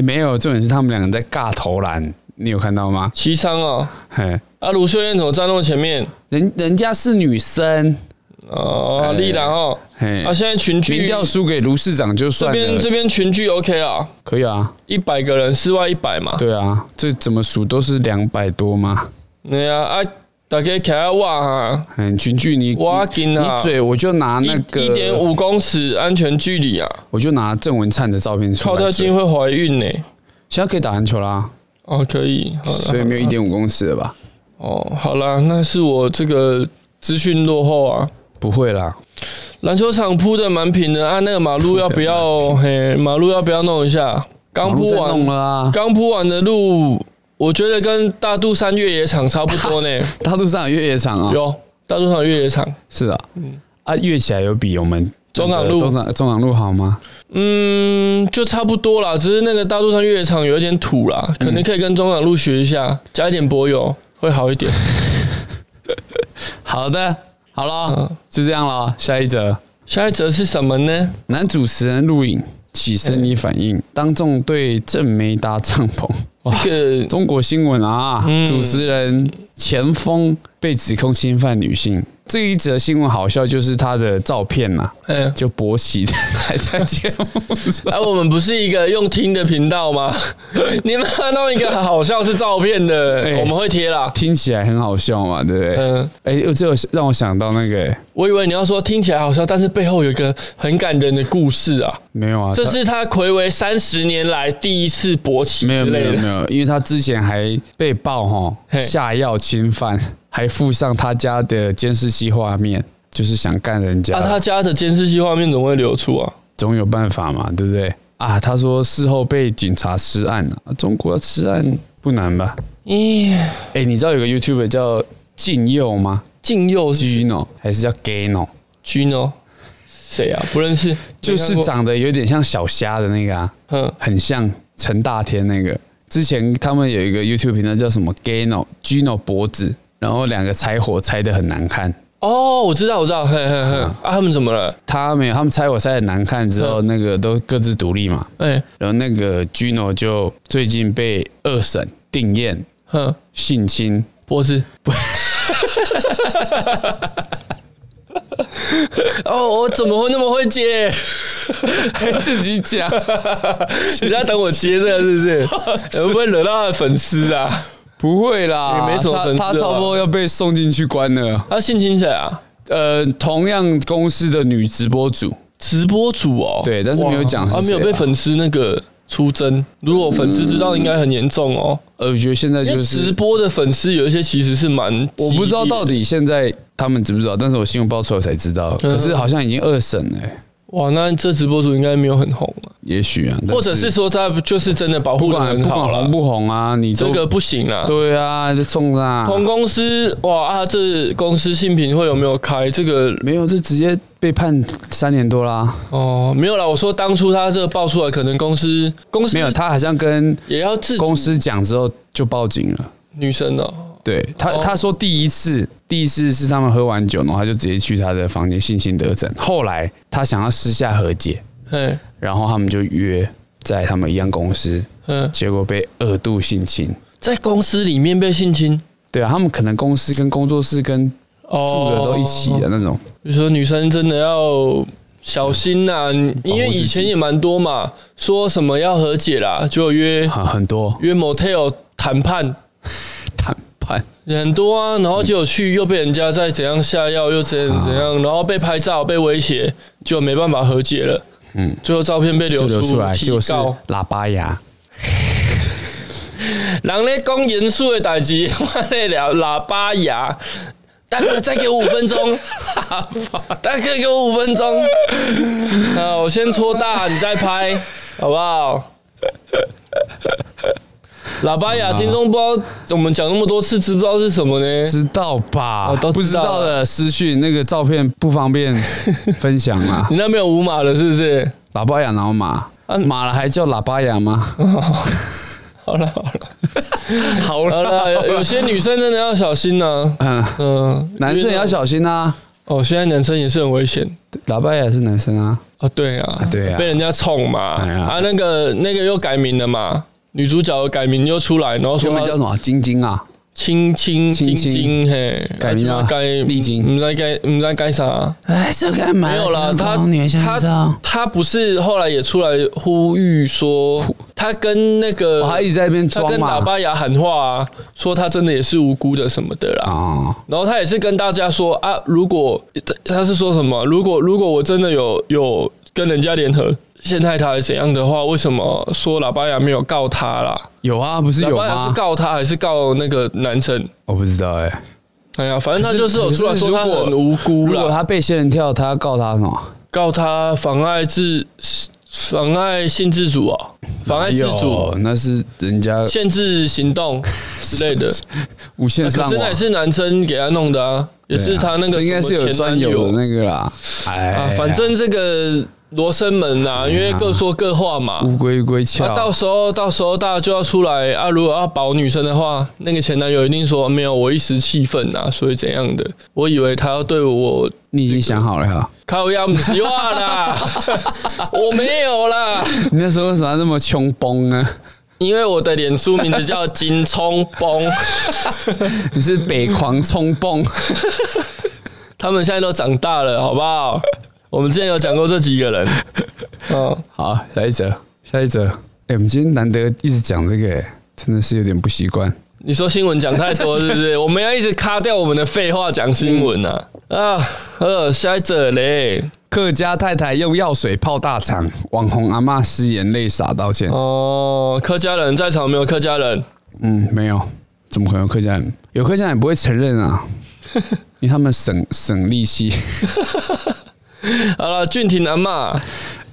Speaker 1: 没有，重点是他们两个在尬投篮，你有看到吗？
Speaker 2: 齐昌哦，
Speaker 1: 嘿，
Speaker 2: 啊，卢秀燕怎么站那么前面？
Speaker 1: 人人家是女生，
Speaker 2: 哦，丽兰哦，
Speaker 1: 嘿，
Speaker 2: 啊，现在群
Speaker 1: 哎民
Speaker 2: 聚
Speaker 1: 调输给卢市长就
Speaker 2: 这
Speaker 1: 算
Speaker 2: 边
Speaker 1: 了，
Speaker 2: 这边群聚 OK 啊，
Speaker 1: 可以啊，
Speaker 2: 一百个人，室外一百嘛。
Speaker 1: 对啊，这怎么数都是两百多嘛。
Speaker 2: 对啊，啊，大家开哇啊，
Speaker 1: 嗯，群聚你
Speaker 2: 哇
Speaker 1: 你
Speaker 2: 紧啊
Speaker 1: 你嘴我就拿那
Speaker 2: 一一点
Speaker 1: 个，
Speaker 2: 五公尺安全距离啊，
Speaker 1: 我就拿郑文灿的照片出
Speaker 2: 靠
Speaker 1: 来
Speaker 2: 太近
Speaker 1: 嘴。
Speaker 2: 会怀孕呢。
Speaker 1: 现在可以打篮球啦，
Speaker 2: 哦，可以，好
Speaker 1: 所以
Speaker 2: 了，
Speaker 1: 没有一点五公尺了吧？
Speaker 2: 哦，好啦，那是我这个资讯落后啊。
Speaker 1: 不会啦，
Speaker 2: 篮球场铺的蛮平的啊，那个马路要不要？嘿，马路要不要弄一下？刚
Speaker 1: 网
Speaker 2: 铺
Speaker 1: 络在弄
Speaker 2: 完，
Speaker 1: 了啊，
Speaker 2: (laughs) 刚铺完的路，我觉得跟大肚山越野场差不多呢。
Speaker 1: (laughs) 大陆上有越野场啊，
Speaker 2: 有大肚山越野场，
Speaker 1: 是的，啊，越起来有比我们
Speaker 2: 中港路
Speaker 1: 中港中港路好吗？
Speaker 2: 嗯，就差不多啦。只是那个大肚山越野场有一点土啦，
Speaker 1: 嗯
Speaker 2: 可能可以跟中港路学一下，加一点柏油会好一
Speaker 1: (laughs)
Speaker 2: 点。
Speaker 1: 好的，好
Speaker 2: 嗯
Speaker 1: 了，就这样了，下一则。
Speaker 2: 下一则是什么呢？
Speaker 1: 男主持人录影起生理反
Speaker 2: 哎
Speaker 1: 应，当众对正妹搭帐篷。哇，
Speaker 2: 这
Speaker 1: (laughs)
Speaker 2: 个
Speaker 1: 中国新闻啊，
Speaker 2: 嗯
Speaker 1: 主持人钱锋被指控侵犯女性。这一则新闻好笑，就是他的照片呐、 (laughs)
Speaker 2: 嗯，
Speaker 1: 就勃起的还在节目上。
Speaker 2: (laughs) 啊，我们不是一个用听的频
Speaker 1: (laughs)
Speaker 2: 道吗？你们弄一个好像是照片的，
Speaker 1: 哎
Speaker 2: 我们会贴啦。
Speaker 1: 听起来很好笑嘛，对不对？
Speaker 2: 嗯，
Speaker 1: 哎、这有让我想到那个、哎
Speaker 2: 我以为你要说听起来好笑，但是背后有一个很感人的故事啊。
Speaker 1: 没有啊，
Speaker 2: 这
Speaker 1: 他
Speaker 2: 是他暌违三十年来第一次勃起
Speaker 1: 没有
Speaker 2: 之
Speaker 1: 没有
Speaker 2: 类
Speaker 1: 没
Speaker 2: 的。
Speaker 1: 有，因为他之前还被曝哈
Speaker 2: 嘿
Speaker 1: 下药侵犯，还附上他家的监视器画面，就是想干人家。
Speaker 2: 啊，他家的监视器画面怎么会流出啊？
Speaker 1: 总有办法嘛，对不对？啊，他说事后被警察吃案了、啊，中国要吃案不难吧？
Speaker 2: 咦，
Speaker 1: 哎、你知道有个 YouTuber 叫禁佑吗
Speaker 2: 禁右是
Speaker 1: ？Gino 还是叫 Gano？
Speaker 2: Gino 谁啊？不认识，
Speaker 1: 就是
Speaker 2: 没看过
Speaker 1: 长得有点像小虾的那个啊，
Speaker 2: 嗯
Speaker 1: 很像陈大天那个。之前他们有一个 YouTube 频道叫什么 Gano Gino 脖子，然后两个拆火拆的很难看。
Speaker 2: 哦，我知道我知道，嘿嘿嘿，
Speaker 1: 嗯
Speaker 2: 啊他们怎么了？
Speaker 1: 他没有，他们拆火拆的难看之后，
Speaker 2: 嗯
Speaker 1: 那个都各自独立嘛。
Speaker 2: 哎
Speaker 1: 然后那个 Gino 就最近被二审定验
Speaker 2: 哼，
Speaker 1: 性侵，
Speaker 2: 脖子不。 (laughs) 哦，我怎么会那么会接？
Speaker 1: 自己讲，
Speaker 2: (laughs) 你在等我接这个是不
Speaker 1: (laughs)
Speaker 2: 是？会不会惹到他的粉丝啊？
Speaker 1: 不会啦，
Speaker 2: 也没什么粉丝啊
Speaker 1: 他，他
Speaker 2: 了吧
Speaker 1: 差不多要被送进去关了。
Speaker 2: 他性侵谁啊？
Speaker 1: 呃，同样公司的女直播主，
Speaker 2: 直播主哦，
Speaker 1: 对但是没有讲是
Speaker 2: 他
Speaker 1: 谁啊
Speaker 2: 没有被粉丝那个出征。如果粉丝知道，应该很严重哦。
Speaker 1: 呃，我觉得现在
Speaker 2: 因
Speaker 1: 就
Speaker 2: 为直
Speaker 1: 是
Speaker 2: 播的粉丝有一些其实是蛮激烈的，
Speaker 1: 我不知道到底现在他们知不知道，但是我新闻爆出来才知道，
Speaker 2: 啊
Speaker 1: 可是好像已经二审了、欸
Speaker 2: 哇，那这直播主应该没有很红啊，
Speaker 1: 也许啊，但
Speaker 2: 或者是说他就是真的保
Speaker 1: 不
Speaker 2: 护的
Speaker 1: 管
Speaker 2: 很
Speaker 1: 不
Speaker 2: 好
Speaker 1: 管
Speaker 2: 了
Speaker 1: 红，不红啊，你
Speaker 2: 这
Speaker 1: 都
Speaker 2: 个不行啦。
Speaker 1: 对啊，就送啦，
Speaker 2: 同公司哇啊，这公司性品会有没有开这个？
Speaker 1: 没有就直接被判三年多啦。
Speaker 2: 哦，没有啦。我说当初他这个爆出来，可能公司公司
Speaker 1: 没有，他好像跟
Speaker 2: 也要自主
Speaker 1: 公司讲之后就报警了。
Speaker 2: 女生哦，
Speaker 1: 对他，他说第一次，第一次是他们喝完酒，然后他就直接去他的房间性侵得逞。后来他想要私下和解，
Speaker 2: 嘿，
Speaker 1: 然后他们就约在他们一样公司，
Speaker 2: 嗯，
Speaker 1: 结果被二度性侵。
Speaker 2: 在公司里面被性侵，
Speaker 1: 对啊，他们可能公司跟工作室跟住的都一起
Speaker 2: 哦
Speaker 1: 的那种。
Speaker 2: 比如说女生真的要小心呐、你因为
Speaker 1: 嗯保护自己
Speaker 2: 以前也蛮多嘛，说什么要和解啦，就约
Speaker 1: 很很多
Speaker 2: 约 motel 谈判
Speaker 1: 谈判，
Speaker 2: 很多啊，然后结果去又被人家再怎样下药，又怎样怎
Speaker 1: 啊
Speaker 2: 样，然后被拍照被威胁，就没办法和解了。嗯，最后照片被流
Speaker 1: 就流
Speaker 2: 出
Speaker 1: 出来
Speaker 2: 提
Speaker 1: 就是
Speaker 2: 告，
Speaker 1: 喇叭牙，
Speaker 2: 人咧讲严肃的代志， (laughs) 我咧聊喇叭牙。大哥，再给我五分钟。大哥，给我五分钟。那我先搓大，你再拍，好不好？喇叭牙，听众不知道我们讲那么多次，知不知道是什么呢？
Speaker 1: 知道吧？
Speaker 2: 哦都
Speaker 1: 不知
Speaker 2: 知道
Speaker 1: 道的私讯那个照片不方便分享
Speaker 2: (laughs)
Speaker 1: 嘛。
Speaker 2: 你那边有五码了，是不是？
Speaker 1: 喇叭牙然后马，
Speaker 2: 啊
Speaker 1: 马了还叫喇叭牙吗？
Speaker 2: 好了 (laughs) 好了
Speaker 1: 好
Speaker 2: 好了，有有些女生真的要小心呐、
Speaker 1: 嗯，
Speaker 2: 嗯，
Speaker 1: 男生也要小心啊。
Speaker 2: 哦，现在男生也是很危险。
Speaker 1: 喇叭牙是男生啊，
Speaker 2: 啊，对啊，
Speaker 1: 对啊
Speaker 2: 被人家冲嘛，
Speaker 1: 哎呀
Speaker 2: 啊，那个那个又改名了嘛，女主角又改名又出来，然后
Speaker 1: 中
Speaker 2: 说
Speaker 1: 文叫
Speaker 2: 她
Speaker 1: 什么？晶晶啊，
Speaker 2: 青青
Speaker 1: 青
Speaker 2: 青
Speaker 1: 青
Speaker 2: 青，嘿，
Speaker 1: 改名叫
Speaker 2: 啊改
Speaker 1: 丽晶
Speaker 2: 唔知改唔知改啥，
Speaker 1: 哎，这干嘛
Speaker 2: 没有啦，她
Speaker 1: 哦
Speaker 2: 她她不是后来也出来呼吁说，她跟那个
Speaker 1: 我哦还一直在那边
Speaker 2: 她
Speaker 1: 装
Speaker 2: 跟
Speaker 1: 嘛
Speaker 2: 喇。叭牙喊话啊，说她真的也是无辜的什么的啦，
Speaker 1: 哦，
Speaker 2: 然后他也是跟大家说啊，如果他他是说什么？如果如果我真的有有跟人家联合陷害他还是怎样的话，为什么说喇叭牙没有告他啦？
Speaker 1: 有啊，不是
Speaker 2: 喇
Speaker 1: 有
Speaker 2: 叭牙是
Speaker 1: 吗？
Speaker 2: 告他还是告那个男生？
Speaker 1: 我不知道哎、
Speaker 2: 哎呀，反正他
Speaker 1: 可是
Speaker 2: 就是有出来说他
Speaker 1: 可是
Speaker 2: 很
Speaker 1: 如
Speaker 2: 无辜
Speaker 1: 如果
Speaker 2: 啦，
Speaker 1: 他被仙人跳，他要告他什么？
Speaker 2: 告他妨碍自妨碍性自主啊，妨碍自主
Speaker 1: 有，，那是人家
Speaker 2: 限制
Speaker 1: (laughs)
Speaker 2: 行动之类的。
Speaker 1: 无限
Speaker 2: 可
Speaker 1: 上
Speaker 2: 是
Speaker 1: 网。
Speaker 2: 那也是男生给他弄的啊，也
Speaker 1: 对
Speaker 2: 是
Speaker 1: 啊
Speaker 2: 他那个
Speaker 1: 这应该
Speaker 2: 什
Speaker 1: 是
Speaker 2: 么
Speaker 1: 有
Speaker 2: 前
Speaker 1: 专
Speaker 2: 男友
Speaker 1: 有的那个啦。哎
Speaker 2: 啊，反正这个罗生门呐、因为各说各话嘛。
Speaker 1: 乌龟龟
Speaker 2: 啊，
Speaker 1: 翘，
Speaker 2: 到时候到时候大家就要出来啊！如果要保女生的话，那个前男友一定说没有，我一时气愤呐，所以怎样的？我以为他要对我
Speaker 1: 你已经想好了
Speaker 2: (laughs)
Speaker 1: 哈？
Speaker 2: 靠腰不是话啦，我没有啦，
Speaker 1: 你那时候为什么要那么穷崩啊呢？
Speaker 2: 因为我的脸书名字叫金冲崩，
Speaker 1: (laughs) 你是北狂冲崩， (laughs)
Speaker 2: 他们现在都长大了，好不好？我们之前有讲过这几个人，嗯，
Speaker 1: 好，下一则，下一则。哎、我们今天难得一直讲这个、哎，真的是有点不习惯。
Speaker 2: 你说新闻讲太多是不是？我们要一直卡掉我们的废话讲新闻啊！啊，呃，下一者嘞，
Speaker 1: 客家太太用药水泡大肠，网红阿嬷失言泪洒道歉。
Speaker 2: 哦，客家人在场没有客家人？
Speaker 1: 嗯，没有，怎么可能有客家人？有客家人也不会承认
Speaker 2: (laughs)
Speaker 1: 啊，因为他们省省力气。
Speaker 2: 好了，俊廷阿嬷，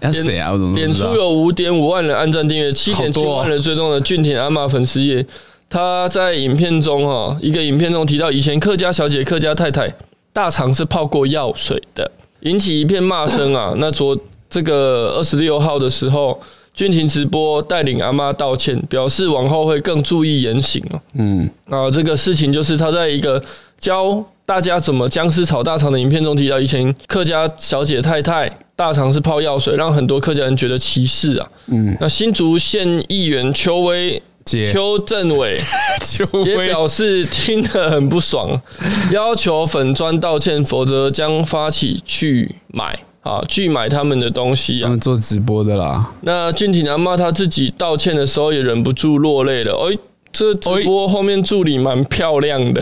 Speaker 1: 要谁啊？我怎么都
Speaker 2: 脸
Speaker 1: 不知
Speaker 2: 书
Speaker 1: 道？
Speaker 2: 有五点五万人按赞订阅，七点七万人追踪的俊廷阿嬷粉丝页，他在影片中哦，一个影片中提到，以前客家小姐、客家太太大肠是泡过药水的，引起一片骂声啊。那昨这个二十六号的时候。俊廷直播带领阿妈道歉，表示往后会更注意言行哦。
Speaker 1: 嗯，
Speaker 2: 啊，这个事情就是他在一个教大家怎么僵尸炒大肠的影片中提到，以前客家小姐太太大肠是泡药水，让很多客家人觉得歧视啊。嗯，那新竹县议员邱威。
Speaker 1: 姐
Speaker 2: 邱政委
Speaker 1: 邱
Speaker 2: 也表示听得很不爽， (laughs) 要求粉砖道歉，否则将发起拒买啊，拒买他们的东西
Speaker 1: 他
Speaker 2: 啊
Speaker 1: 们。做直播的啦。
Speaker 2: 那俊廷阿妈她自己道歉的时候也忍不住落泪了。哎、这直播后面助理蛮漂亮的。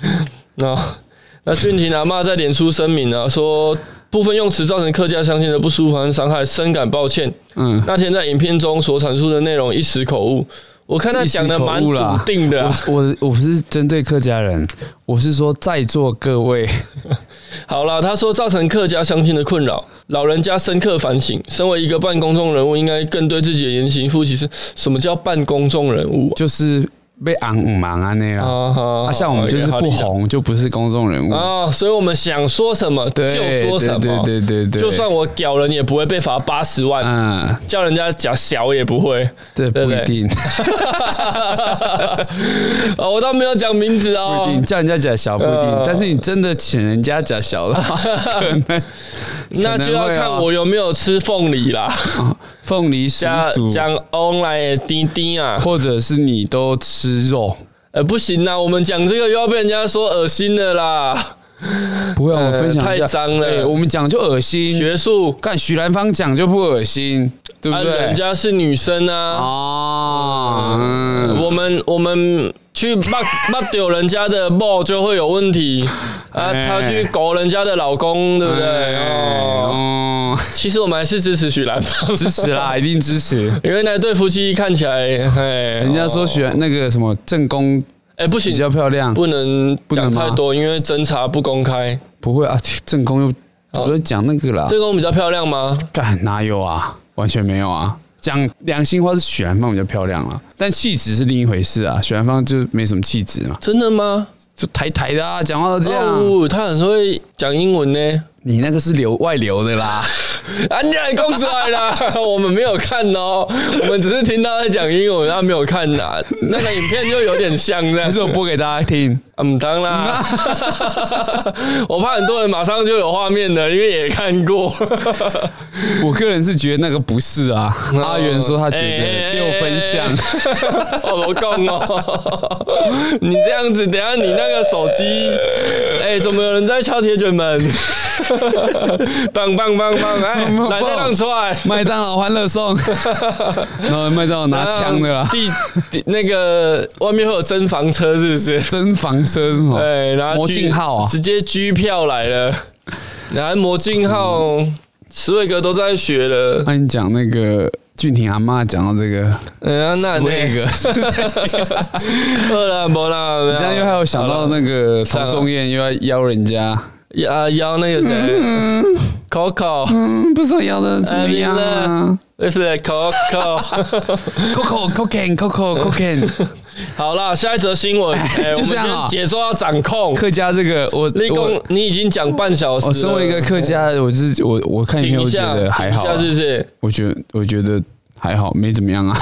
Speaker 2: (laughs) 那那俊廷阿妈在脸书声明啊，说部分用词造成客家乡亲的不舒服和伤害，深感抱歉。
Speaker 1: 嗯，
Speaker 2: 那天在影片中所阐述的内容一时口误，我看他讲的蛮
Speaker 1: 一时口误
Speaker 2: 笃
Speaker 1: 啦
Speaker 2: 定的啊、
Speaker 1: 我我我不是针对客家人，我是说在座各位， (laughs)
Speaker 2: 好了，他说造成客家乡亲的困扰，老人家深刻反省。身为一个半公众人物，应该更对自己的言行负起是什么叫半公众人物啊、
Speaker 1: 就是被昂五忙安那啦。
Speaker 2: 啊哈
Speaker 1: 啊，像我们就是
Speaker 2: 哎
Speaker 1: 不红，就不是公众人物。
Speaker 2: 啊，所以我们想说什么就
Speaker 1: 对
Speaker 2: 说什么，
Speaker 1: 对对对对对
Speaker 2: 就算我屌人也不会被罚八十万，
Speaker 1: 嗯，
Speaker 2: 叫人家讲小也不会。 (laughs)
Speaker 1: 这
Speaker 2: 对
Speaker 1: 不
Speaker 2: 不
Speaker 1: 一
Speaker 2: 对
Speaker 1: 定，
Speaker 2: 哦，我倒没有讲名字
Speaker 1: 不
Speaker 2: 哦
Speaker 1: 一。定叫人家假小不一定，但是你真的请人家假小了，可能
Speaker 2: (laughs) 那就要
Speaker 1: 可能会
Speaker 2: 看
Speaker 1: 哦
Speaker 2: 我有没有吃凤
Speaker 1: (laughs)
Speaker 2: 梨啦，
Speaker 1: 凤梨叔
Speaker 2: 加
Speaker 1: 叔，
Speaker 2: 讲 online 的滴滴
Speaker 1: 啊
Speaker 2: 啊，
Speaker 1: 或者是你都吃肉，
Speaker 2: 呃，不行啦，我们讲这个又要被人家说恶心了啦，
Speaker 1: 不会啊，我
Speaker 2: 呃
Speaker 1: 分享一下
Speaker 2: 太脏了
Speaker 1: 哎我们讲就恶心，
Speaker 2: 学术，
Speaker 1: 看许兰芳讲就不恶心，对
Speaker 2: 啊，
Speaker 1: 不对
Speaker 2: 人？家是女生啊，
Speaker 1: 哦，嗯
Speaker 2: 我们我们去骂 (laughs) 骂丢人家的抱就会有问题啊，
Speaker 1: 哎
Speaker 2: 他去搞人家的老公，对不对？哦，
Speaker 1: 哦，
Speaker 2: 其实我们还是支持许兰芳，
Speaker 1: 支持啦，一定支持。
Speaker 2: (laughs) 因为那对夫妻看起来，哎，
Speaker 1: 人家说
Speaker 2: 哦
Speaker 1: 许兰那个什么正宫
Speaker 2: 哎不行
Speaker 1: 比，较漂亮，
Speaker 2: 不能
Speaker 1: 不
Speaker 2: 讲
Speaker 1: 能吗
Speaker 2: 太多，因为侦查不公开。
Speaker 1: 不会啊，正宫又
Speaker 2: 哦
Speaker 1: 我都讲那个啦，
Speaker 2: 这个我比较漂亮吗？
Speaker 1: 干哪有啊？完全没有啊！讲良心话是许兰芳比较漂亮啊，但气质是另一回事啊。许兰芳就没什么气质嘛，
Speaker 2: 真的吗？
Speaker 1: 就台台的啊，讲话都这样。
Speaker 2: 哦，他很会讲英文呢。
Speaker 1: 你那个是流外流的
Speaker 2: (laughs)
Speaker 1: 啦，
Speaker 2: 啊，你来供出来啦！ (laughs) 我们没有看哦，我们只是听到他讲英文，他没有看呐、那个影片就有点像这样
Speaker 1: 还。
Speaker 2: (laughs)
Speaker 1: 是我播给大家听？
Speaker 2: 嗯，当啦，嗯 (laughs) 我怕很多人马上就有画面的，因为也看过。
Speaker 1: 我个人是觉得那个不是啊。
Speaker 2: 哦
Speaker 1: 阿元说他觉得
Speaker 2: 哎
Speaker 1: 六分像，
Speaker 2: 像，我不供哦。你这样子，等一下你那个手机，哎、怎么有人在敲铁卷门？棒棒棒棒！哎，来再让出来。
Speaker 1: 麦当劳欢乐
Speaker 2: (laughs)
Speaker 1: 颂，然后麦当劳拿枪的啦，
Speaker 2: 地地那个外面会有侦防车，是不是？
Speaker 1: 真房车是吗？
Speaker 2: 哎，然后
Speaker 1: 魔
Speaker 2: G-
Speaker 1: 镜号啊
Speaker 2: 直接狙票来了，然后魔镜号，斯威格都在学了，
Speaker 1: 啊那你讲那个俊廷阿妈讲到这个，
Speaker 2: 嗯，
Speaker 1: 那
Speaker 2: 那那
Speaker 1: 个，
Speaker 2: 饿了没啦，
Speaker 1: 这样又还有想到那
Speaker 2: 呃
Speaker 1: 个陶仲彦又要邀人家，
Speaker 2: 个啊邀那个谁，Coco，
Speaker 1: 嗯，不知道邀的怎么样啊
Speaker 2: 对不对？Coco，
Speaker 1: (laughs) ？Coco Cocan Coco
Speaker 2: (laughs)
Speaker 1: Cocan，
Speaker 2: 好啦，下一则新
Speaker 1: (laughs)
Speaker 2: 闻，哎，我
Speaker 1: 就
Speaker 2: 们
Speaker 1: 这样
Speaker 2: 先
Speaker 1: 啊
Speaker 2: 解说到掌控。
Speaker 1: 客家这个我
Speaker 2: 立功
Speaker 1: 我，
Speaker 2: 你已经讲半小时
Speaker 1: 我
Speaker 2: 了。
Speaker 1: 身为一个客家，我是我我看影
Speaker 2: 停
Speaker 1: 片
Speaker 2: 一
Speaker 1: 我觉
Speaker 2: 下，
Speaker 1: 得还好
Speaker 2: 停
Speaker 1: 啊
Speaker 2: 一下，是不是？
Speaker 1: 我觉得我觉得还好，没怎么样啊。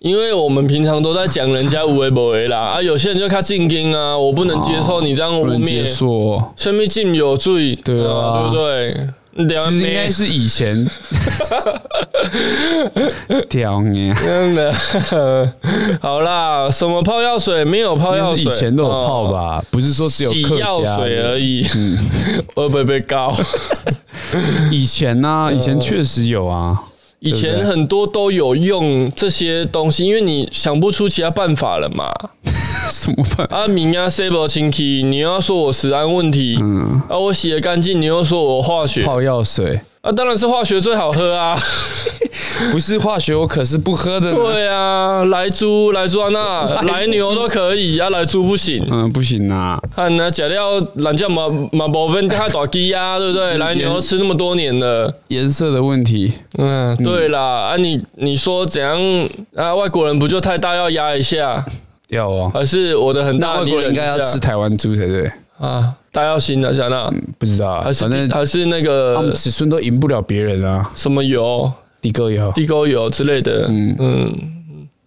Speaker 2: 因为我们平常都在讲人家无为不为啦，啊，有些人就看进京啊，我不能接受你这样污
Speaker 1: 啊不能接
Speaker 2: 蔑，
Speaker 1: 受哦。
Speaker 2: 生命进有罪，
Speaker 1: 对啊
Speaker 2: 对不对？你等下
Speaker 1: 其实应该是以前，屌你！啊
Speaker 2: 真的， (laughs) 好啦，什么泡药水没有泡
Speaker 1: 应
Speaker 2: 药
Speaker 1: 该是
Speaker 2: 水，哦
Speaker 1: 以前都有泡吧，不是说只有
Speaker 2: 洗
Speaker 1: 客
Speaker 2: 药
Speaker 1: 家嗯
Speaker 2: 水而
Speaker 1: 的。
Speaker 2: 已， (laughs) 会不会被
Speaker 1: (laughs)
Speaker 2: 告？
Speaker 1: 以前呢，以前确实有啊。
Speaker 2: 以
Speaker 1: 对不
Speaker 2: 前
Speaker 1: 对
Speaker 2: 很多都有用这些东西，因为你想不出其他办法了嘛。
Speaker 1: 什么办？
Speaker 2: 啊，明啊 s a b e 清 key，你又要说我食安问题，啊，我洗的干净，你又说我化
Speaker 1: 嗯
Speaker 2: 学，
Speaker 1: 泡药水
Speaker 2: 啊，当然是化学最好喝
Speaker 1: (laughs)
Speaker 2: 啊！
Speaker 1: 不是化学，我可是不喝的。，
Speaker 2: 对啊，来猪、来猪
Speaker 1: (laughs)
Speaker 2: 安娜、来牛都可以，啊，来猪不行。
Speaker 1: 嗯，不行啊，
Speaker 2: 看呢，假料懒觉马马宝贝他打鸡呀，对
Speaker 1: 嗯
Speaker 2: 不对？来牛吃那么多年了，
Speaker 1: 颜色的问题。
Speaker 2: 嗯，对啦，啊你你说怎样啊？外国人不就太大要压一下，
Speaker 1: 要哦，
Speaker 2: 还是我的很
Speaker 1: 那
Speaker 2: 大？
Speaker 1: 外国人应该要
Speaker 2: 你忍一
Speaker 1: 吃
Speaker 2: 下
Speaker 1: 台湾猪才对。
Speaker 2: 啊，大要行的，小娜，
Speaker 1: 不知道啊，
Speaker 2: 还是
Speaker 1: 反正
Speaker 2: 还是那
Speaker 1: 他们
Speaker 2: 个
Speaker 1: 尺寸都赢不了别人啊。
Speaker 2: 什么油、
Speaker 1: 的哥也好，
Speaker 2: 地沟油之类的，嗯嗯，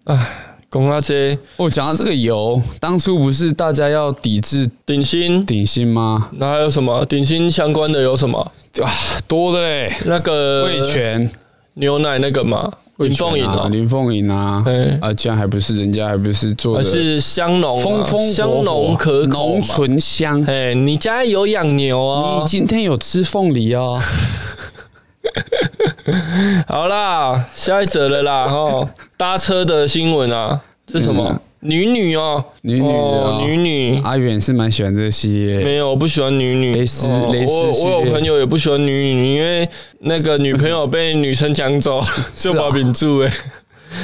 Speaker 2: 哎，讲到这
Speaker 1: 我讲到这个油，当初不是大家要抵制
Speaker 2: 顶薪。
Speaker 1: 顶薪吗？
Speaker 2: 那还有什么顶薪相关的有什么？
Speaker 1: 啊，多的嘞，
Speaker 2: 那个
Speaker 1: 味全、
Speaker 2: 牛奶那个嘛，
Speaker 1: 味
Speaker 2: 林
Speaker 1: 全啊
Speaker 2: 凤营哦，
Speaker 1: 林凤营啊
Speaker 2: 对，
Speaker 1: 啊，这样还不是人家还不是做
Speaker 2: 还
Speaker 1: 的
Speaker 2: 是香浓啊
Speaker 1: 风风
Speaker 2: 香
Speaker 1: 火火
Speaker 2: 浓可口嘛
Speaker 1: 浓。醇香。
Speaker 2: 哎，你家有养牛
Speaker 1: 你
Speaker 2: 哦？
Speaker 1: 今天有吃凤梨
Speaker 2: (laughs)
Speaker 1: 哦？
Speaker 2: 好啦，下一则了
Speaker 1: (laughs)
Speaker 2: 啦哈，搭车的新闻啊，这什么
Speaker 1: 嗯？
Speaker 2: 女女哦，
Speaker 1: 女女的哦
Speaker 2: 哦女女。
Speaker 1: 阿远是蛮喜欢这个系列，
Speaker 2: 没有，我不喜欢女女。
Speaker 1: 蕾丝
Speaker 2: 哦
Speaker 1: 蕾丝系
Speaker 2: 我
Speaker 1: 列
Speaker 2: 我有朋友也不喜欢女女，因为那个女朋友被女生抢
Speaker 1: (laughs)
Speaker 2: 走，就把柄住哎。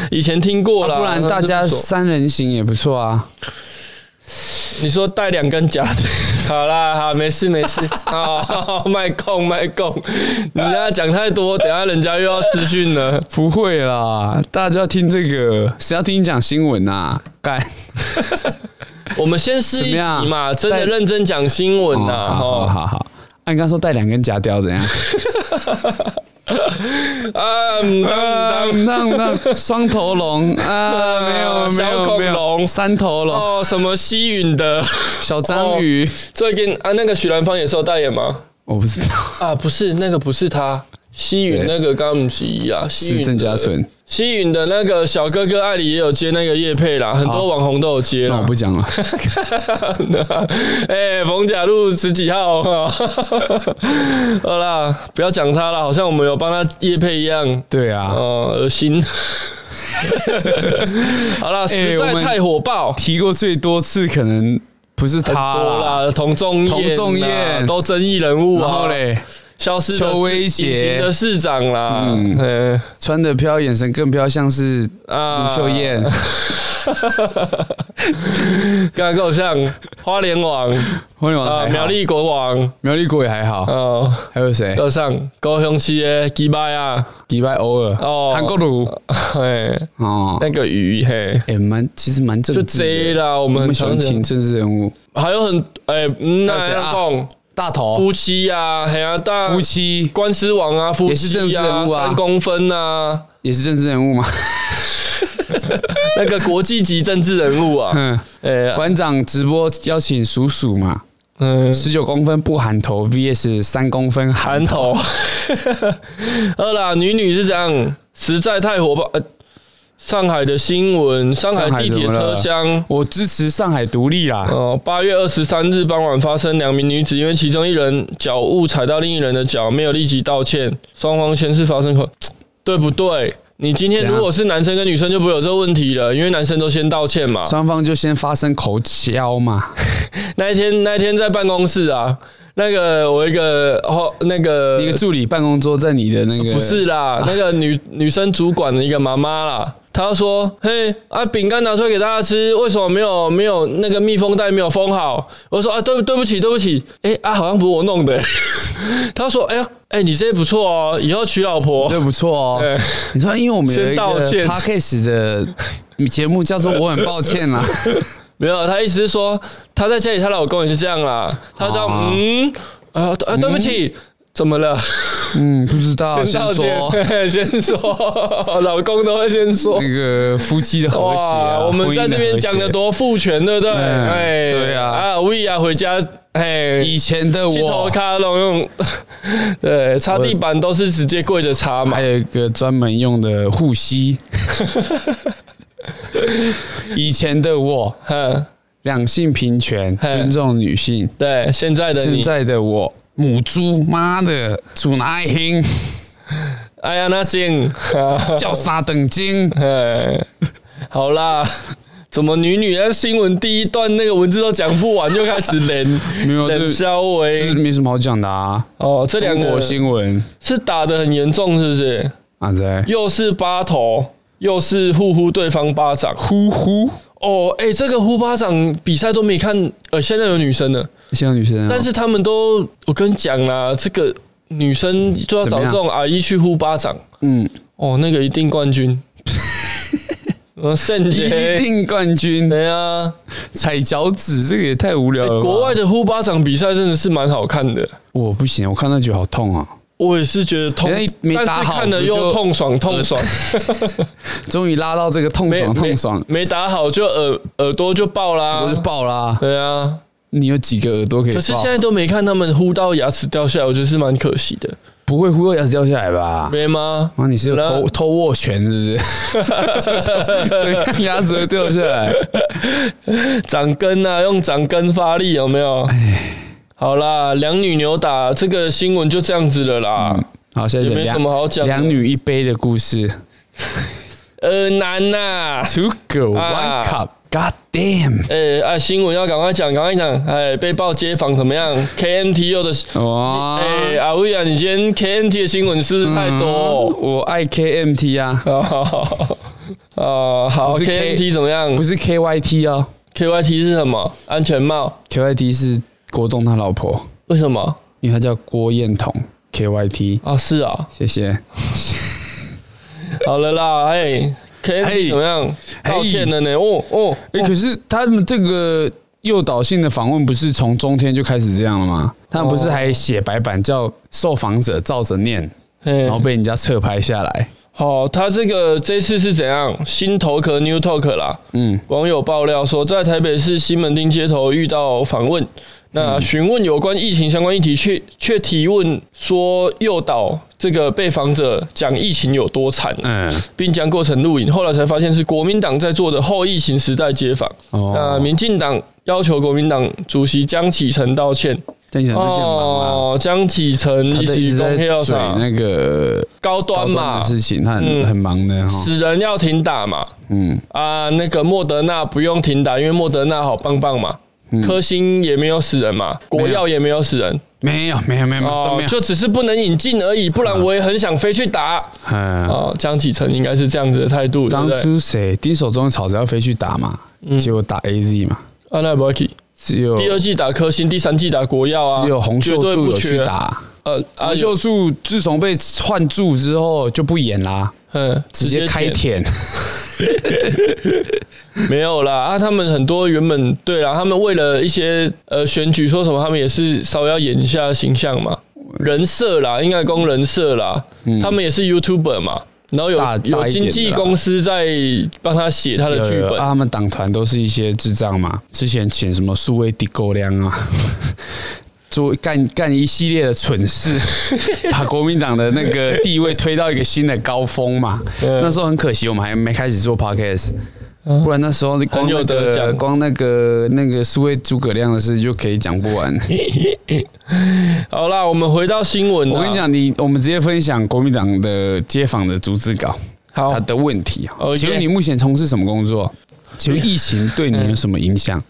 Speaker 2: 以前听过啦，
Speaker 1: 啊不然大
Speaker 2: 但
Speaker 1: 家
Speaker 2: 是不熟
Speaker 1: 三人行也不错啊。
Speaker 2: 你说带两根假的， (laughs) 好啦，好，没事没
Speaker 1: (laughs)
Speaker 2: 事，好好好卖供卖供，你这样讲太多，等下人家又要私讯了。
Speaker 1: 不会啦，大家要听这个，谁要听你讲新闻啊？干，
Speaker 2: 我们先试一
Speaker 1: 怎么样
Speaker 2: 集嘛，真的
Speaker 1: 带
Speaker 2: 认真讲新闻呐、
Speaker 1: 好好
Speaker 2: 哦
Speaker 1: 好好，按、你刚说带两根夹雕 (laughs) 怎样？
Speaker 2: 啊，嗯当当
Speaker 1: 那那双头龙啊， (laughs) 没有没
Speaker 2: 小
Speaker 1: 有
Speaker 2: 恐
Speaker 1: 没有，
Speaker 2: 龙
Speaker 1: 三头龙，
Speaker 2: 哦，什么西允的， (laughs)
Speaker 1: 小章鱼，
Speaker 2: 最近啊，那个许兰芳也是有代言吗？
Speaker 1: 我不知道，
Speaker 2: 啊，不是，那个不是他，西允
Speaker 1: 谁
Speaker 2: 那个刚刚不是一啊，西
Speaker 1: 是
Speaker 2: 允
Speaker 1: 郑
Speaker 2: 的
Speaker 1: 家纯。
Speaker 2: 西允的那个小哥哥艾里也有接那个叶配啦，很多网红都有接
Speaker 1: 那我
Speaker 2: 啦。
Speaker 1: 不讲了，
Speaker 2: (laughs) 哎，逢甲路十几号，哦 (laughs) 好啦，不要讲他了，好像我们有帮他叶配一样。
Speaker 1: 对啊，
Speaker 2: 哦，恶心。 (laughs) 好啦，实
Speaker 1: 我
Speaker 2: 在
Speaker 1: 们
Speaker 2: 太火爆，
Speaker 1: 提过最多次可能不是
Speaker 2: 很
Speaker 1: 他
Speaker 2: 多
Speaker 1: 啦，
Speaker 2: 啦，童仲彦啊、
Speaker 1: 童仲彦
Speaker 2: 都争议人物
Speaker 1: 然后
Speaker 2: 啊，
Speaker 1: 嘞，
Speaker 2: 消失的
Speaker 1: 邱威
Speaker 2: 市
Speaker 1: 杰
Speaker 2: 隐形的市长啦，
Speaker 1: 嗯
Speaker 2: 嗯
Speaker 1: 穿的飘，眼神更飘，像是
Speaker 2: 啊
Speaker 1: 卢秀燕，
Speaker 2: (laughs) 刚刚够像花莲王
Speaker 1: 花莲王
Speaker 2: 啊，
Speaker 1: 哦还好
Speaker 2: 苗栗国王
Speaker 1: 苗栗国也还好，
Speaker 2: 哦，
Speaker 1: 还有谁？
Speaker 2: 够像高雄市的鸡巴呀，
Speaker 1: 迪拜偶尔
Speaker 2: 哦
Speaker 1: 韩国卢
Speaker 2: 啊 (laughs) 嘿，
Speaker 1: 哦，
Speaker 2: 那个鱼嘿，
Speaker 1: 哎，蛮其实蛮
Speaker 2: 就
Speaker 1: 政
Speaker 2: 这
Speaker 1: 嗯治的，
Speaker 2: 啦，我
Speaker 1: 我
Speaker 2: 们
Speaker 1: 们
Speaker 2: 很
Speaker 1: 喜
Speaker 2: 常
Speaker 1: 欢听
Speaker 2: 讲，
Speaker 1: 政治人物，
Speaker 2: 还有很哎，嗯
Speaker 1: 还有
Speaker 2: 那
Speaker 1: 谁啊
Speaker 2: 样讲
Speaker 1: 大头
Speaker 2: 夫妻呀，嘿啊，大
Speaker 1: 夫妻
Speaker 2: 官司王啊，夫妻啊
Speaker 1: 也是政治人物啊
Speaker 2: 三公分
Speaker 1: (laughs)
Speaker 2: 啊，
Speaker 1: 也是政治人物
Speaker 2: (laughs)
Speaker 1: 嘛，
Speaker 2: 那个国际级政治人物啊，
Speaker 1: 嗯。
Speaker 2: 哎呀，
Speaker 1: 馆长直播邀请鼠鼠嘛，
Speaker 2: 嗯，
Speaker 1: 十九公分不含头 VS 三公分含
Speaker 2: 韩
Speaker 1: 头，
Speaker 2: 头。 (laughs) 二啦，女女是这样，实在太火爆。呃上海的新闻，上海地铁车厢。
Speaker 1: 我支持上海独立啦！
Speaker 2: 哦，八月二十三日傍晚发生两名女子，因为其中一人脚误踩到另一人的脚，没有立即道歉，双方先是发生口，对不对？你今天
Speaker 1: 怎样
Speaker 2: 如果是男生跟女生就不会有这个问题了，因为男生都先道歉嘛。
Speaker 1: 双方就先发生口交嘛，
Speaker 2: 那一天那一天在办公室啊，那个我一个哦那个
Speaker 1: 一个助理办公桌在你的那个
Speaker 2: 不是
Speaker 1: (laughs)
Speaker 2: 啦，那个女女生主管的一个妈妈啦，她说：“嘿，啊，饼干拿出来给大家吃，为什么没有没有那个密封袋没有封好？”我说：“啊，对对不起，对不起，哎、啊，好像不是我弄的、 (laughs) 她说：“哎呀，哎、你这不错哦，以后娶老婆。
Speaker 1: (laughs) 这不错哦
Speaker 2: 哎。
Speaker 1: 你说，因为我们有一
Speaker 2: 先
Speaker 1: 个
Speaker 2: 道歉
Speaker 1: podcast 的节目叫做《我很抱歉》
Speaker 2: (laughs)
Speaker 1: 啦，
Speaker 2: 没有，她意思是说她在家里，她老公也是这样啦。她这样，
Speaker 1: 哦
Speaker 2: 嗯，啊，对啊对不起。怎么了？
Speaker 1: 嗯，不知道先
Speaker 2: 道歉
Speaker 1: 说，
Speaker 2: (laughs) 先说，老公都会先说。
Speaker 1: 那个夫妻的和谐啊，
Speaker 2: 哇我们在这边讲的
Speaker 1: 的。
Speaker 2: 多父权，对不对？
Speaker 1: 嗯
Speaker 2: 哎，
Speaker 1: 对啊
Speaker 2: 啊，薇娅回家，哎，
Speaker 1: 以前的
Speaker 2: 洗头
Speaker 1: 我，
Speaker 2: 卡拢用， (laughs) 对，擦地板都是直接跪着擦嘛
Speaker 1: 还。有一个专门用的护
Speaker 2: (laughs)
Speaker 1: 膝。以前的我，
Speaker 2: 嗯，
Speaker 1: 两性平权，
Speaker 2: 嘿
Speaker 1: 尊重女性；
Speaker 2: 对，现在的
Speaker 1: 现
Speaker 2: 你，
Speaker 1: 在的我，母猪，妈的，主哪一
Speaker 2: (laughs)
Speaker 1: 听
Speaker 2: 哎呀，那静， (laughs)
Speaker 1: 叫啥等经？
Speaker 2: 哎，好啦。怎么女女在新闻第一段那个文字都讲不完，就开始
Speaker 1: (laughs)
Speaker 2: 连
Speaker 1: 没有
Speaker 2: 连
Speaker 1: 这
Speaker 2: 肖
Speaker 1: 这
Speaker 2: 维
Speaker 1: 没什么好讲的啊。
Speaker 2: 哦，这两
Speaker 1: 中
Speaker 2: 个
Speaker 1: 国新闻
Speaker 2: 是打的很严重，是不是？
Speaker 1: 啊，在
Speaker 2: 又是八头，又是呼呼对方巴掌，
Speaker 1: 呼呼，
Speaker 2: 哦，哎、这个呼巴掌比赛都没看，呃，现在有女生了，
Speaker 1: 现在女生啊，
Speaker 2: 但是他们都，我跟你讲啦，这个女生就要
Speaker 1: 怎
Speaker 2: 找
Speaker 1: 么
Speaker 2: 这
Speaker 1: 样
Speaker 2: 种阿姨去呼巴掌，
Speaker 1: 嗯，
Speaker 2: 哦，那个一定冠
Speaker 1: (laughs)
Speaker 2: 军，呃，圣
Speaker 1: 一
Speaker 2: 杰，
Speaker 1: 定冠军，
Speaker 2: 对啊，
Speaker 1: 踩脚趾这个也太无聊了吧。
Speaker 2: 国外的呼巴掌比赛真的是蛮好看的，
Speaker 1: 我不行，我看到觉得好痛啊。
Speaker 2: 我也是觉得痛
Speaker 1: 哎，没
Speaker 2: 但
Speaker 1: 打
Speaker 2: 是
Speaker 1: 好
Speaker 2: 看了
Speaker 1: 不就
Speaker 2: 又痛爽痛
Speaker 1: (laughs)
Speaker 2: 爽，
Speaker 1: 终于拉到这个痛
Speaker 2: 没
Speaker 1: 爽
Speaker 2: 没
Speaker 1: 痛爽，
Speaker 2: 没打好就耳耳朵就爆
Speaker 1: 我
Speaker 2: 啦
Speaker 1: 就，爆啦。
Speaker 2: 对啊，
Speaker 1: 你有几个耳朵可以
Speaker 2: 可
Speaker 1: 爆？
Speaker 2: 是现在都没看他们呼到牙齿掉下来，我觉得是蛮可惜的，
Speaker 1: 不会呼到牙齿掉下来吧？
Speaker 2: 没吗？
Speaker 1: 妈，你是有
Speaker 2: 然后
Speaker 1: 偷偷握拳
Speaker 2: (laughs)
Speaker 1: 是不是？怎样牙齿会掉下来？
Speaker 2: 掌根啊，用掌根发力有没有？
Speaker 1: 哎
Speaker 2: 好啦，两女扭打这个新闻就这样子了啦。
Speaker 1: 好，现在
Speaker 2: 也没什么好讲的
Speaker 1: 两女一杯的故事嗯
Speaker 2: 呃，难呐、
Speaker 1: ，Two girl
Speaker 2: (laughs) 啊
Speaker 1: one cup，God damn！
Speaker 2: 哎、啊，新闻要赶快讲，赶快讲！哎、被曝街访怎么样？KNTU 的，
Speaker 1: 哇，
Speaker 2: 哎、阿威啊，你今天 KNT 的新闻是不是太多、
Speaker 1: (laughs) 嗯我爱 KMT 啊，
Speaker 2: 哦？ (laughs) 好哦，好
Speaker 1: 不是 K-
Speaker 2: ，KNT 怎么样
Speaker 1: 不是 KYT 哦
Speaker 2: ？KYT 是什么？安全帽
Speaker 1: ，KYT 是郭栋他老婆，
Speaker 2: 为什么
Speaker 1: 因为他叫郭艳彤 KYT。
Speaker 2: 啊？是啊，
Speaker 1: 谢谢，
Speaker 2: 好了啦，哎，可
Speaker 1: 嘿
Speaker 2: 以怎么样？
Speaker 1: 嘿
Speaker 2: 道歉了呢？哦哦，
Speaker 1: 哎、可是他们这个诱导性的访问不是从中天就开始这样了吗？他们不是还写白板叫受访者照着念，
Speaker 2: 哎
Speaker 1: 然后被人家侧拍下来？
Speaker 2: 好，他这个这次是怎样？新头壳 New Talk 啦。
Speaker 1: 嗯，
Speaker 2: 网友爆料说，在台北市西门町街头遇到访问，那询问有关疫情相关议题，却却提问说诱导这个被访者讲疫情有多惨，啊
Speaker 1: 嗯，
Speaker 2: 并将过程录影。后来才发现是国民党在做的后疫情时代街访。
Speaker 1: 哦
Speaker 2: 那民进党要求国民党主席江启臣道歉。
Speaker 1: 郑先生就先忙了。啊
Speaker 2: 哦，江启臣
Speaker 1: 他
Speaker 2: 一
Speaker 1: 在一
Speaker 2: 起
Speaker 1: 直在
Speaker 2: 公票
Speaker 1: 嘴
Speaker 2: 啥？
Speaker 1: 那个
Speaker 2: 高端
Speaker 1: 高端
Speaker 2: 嘛
Speaker 1: 的，事情，他很、
Speaker 2: 嗯
Speaker 1: 很忙的哈。
Speaker 2: 死人要停打嘛。
Speaker 1: 嗯，
Speaker 2: 啊，那个莫德纳不用停打，因为莫德纳好棒棒嘛。
Speaker 1: 嗯
Speaker 2: 科兴也没有死人嘛，国药也没有死人
Speaker 1: 没有没有没有、没有都
Speaker 2: 哦
Speaker 1: 没，有。啊
Speaker 2: 就只是不能引进而已，不然我也很想飞去打
Speaker 1: 嗯，
Speaker 2: 哦。江启臣应该是这样子的态度，对不
Speaker 1: 当
Speaker 2: 对？
Speaker 1: 初谁丁守中吵着要飞去打嘛，结果打 AZ 嘛，
Speaker 2: 啊，那不要紧
Speaker 1: 只有
Speaker 2: 嗯第二季打科兴，第三季打国药
Speaker 1: 哦
Speaker 2: 啊，
Speaker 1: 只有洪
Speaker 2: 绝
Speaker 1: 秀
Speaker 2: 对
Speaker 1: 柱
Speaker 2: 不
Speaker 1: 有去
Speaker 2: 缺，
Speaker 1: 打。
Speaker 2: 呃啊
Speaker 1: 洪秀
Speaker 2: 就
Speaker 1: 柱自从被换柱之后就不演啦，
Speaker 2: 嗯
Speaker 1: 直接开舔。
Speaker 2: 舔 (laughs) 没有啦啊！他们很多原本对啦，他们为了一些呃选举说什么，他们也是稍微要演一下形象嘛，人设啦，应该攻人设啦。他们也是 YouTuber 嘛，然后有
Speaker 1: 嗯大大一点的
Speaker 2: 有
Speaker 1: 啦
Speaker 2: 经纪公司在帮他写他的
Speaker 1: 有
Speaker 2: 剧
Speaker 1: 有
Speaker 2: 本
Speaker 1: 啊，他们党团都是一些智障嘛，之前请什么数位地沟粮啊。 (laughs) 做干干一系列的蠢事， (laughs) 把国民党的那个地位推到一个新的高峰嘛。那时候很可惜，我们还没开始做 podcast，不然那时候光
Speaker 2: 很有
Speaker 1: 那
Speaker 2: 得
Speaker 1: 个
Speaker 2: 讲
Speaker 1: 光那个那个数位诸葛亮的事就可以讲不完。
Speaker 2: 好啦，我们回到新闻、啊，
Speaker 1: 我跟你，讲，你我们直接分享国民党的街访的逐字稿，
Speaker 2: 好
Speaker 1: 他，的问题啊。
Speaker 2: 哦耶
Speaker 1: 请问你目前从事什么工作？请问疫情对你有什么影响？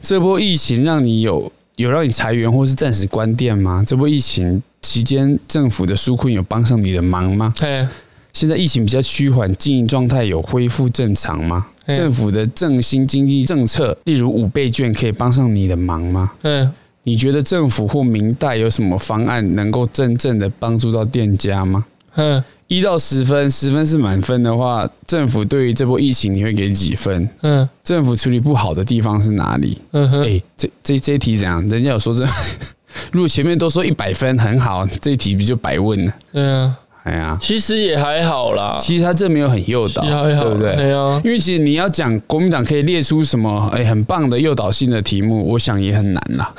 Speaker 1: 这波疫情让你有有让你裁员或是暂时关店吗？这波疫情期间政府的纾困有帮上你的忙吗？
Speaker 2: 嘿，
Speaker 1: 现在疫情比较趋缓，经营状态有恢复正常吗？
Speaker 2: 嗯
Speaker 1: 政府的振兴经济政策，例如五倍券，可以帮上你的忙吗？
Speaker 2: 嗯，
Speaker 1: 你觉得政府或明代有什么方案能够真正的帮助到店家吗？
Speaker 2: 嗯，
Speaker 1: 一到十分，十分是满分的话，政府对于这波疫情你会给几分？
Speaker 2: 嗯，
Speaker 1: 政府处理不好的地方是哪里？
Speaker 2: 嗯
Speaker 1: 哎、
Speaker 2: 哼，
Speaker 1: 这这这一题怎样？人家有说这， (laughs) 如果前面都说一百分很好，这一题不就白问了？
Speaker 2: 嗯，
Speaker 1: 哎呀，
Speaker 2: 其实也还好啦，
Speaker 1: 其实他这没有很诱导，
Speaker 2: 其实还好
Speaker 1: 对不对？
Speaker 2: 对啊
Speaker 1: 因为其实你要讲国民党可以列出什么哎、很棒的诱导性的题目，我想也很难啦。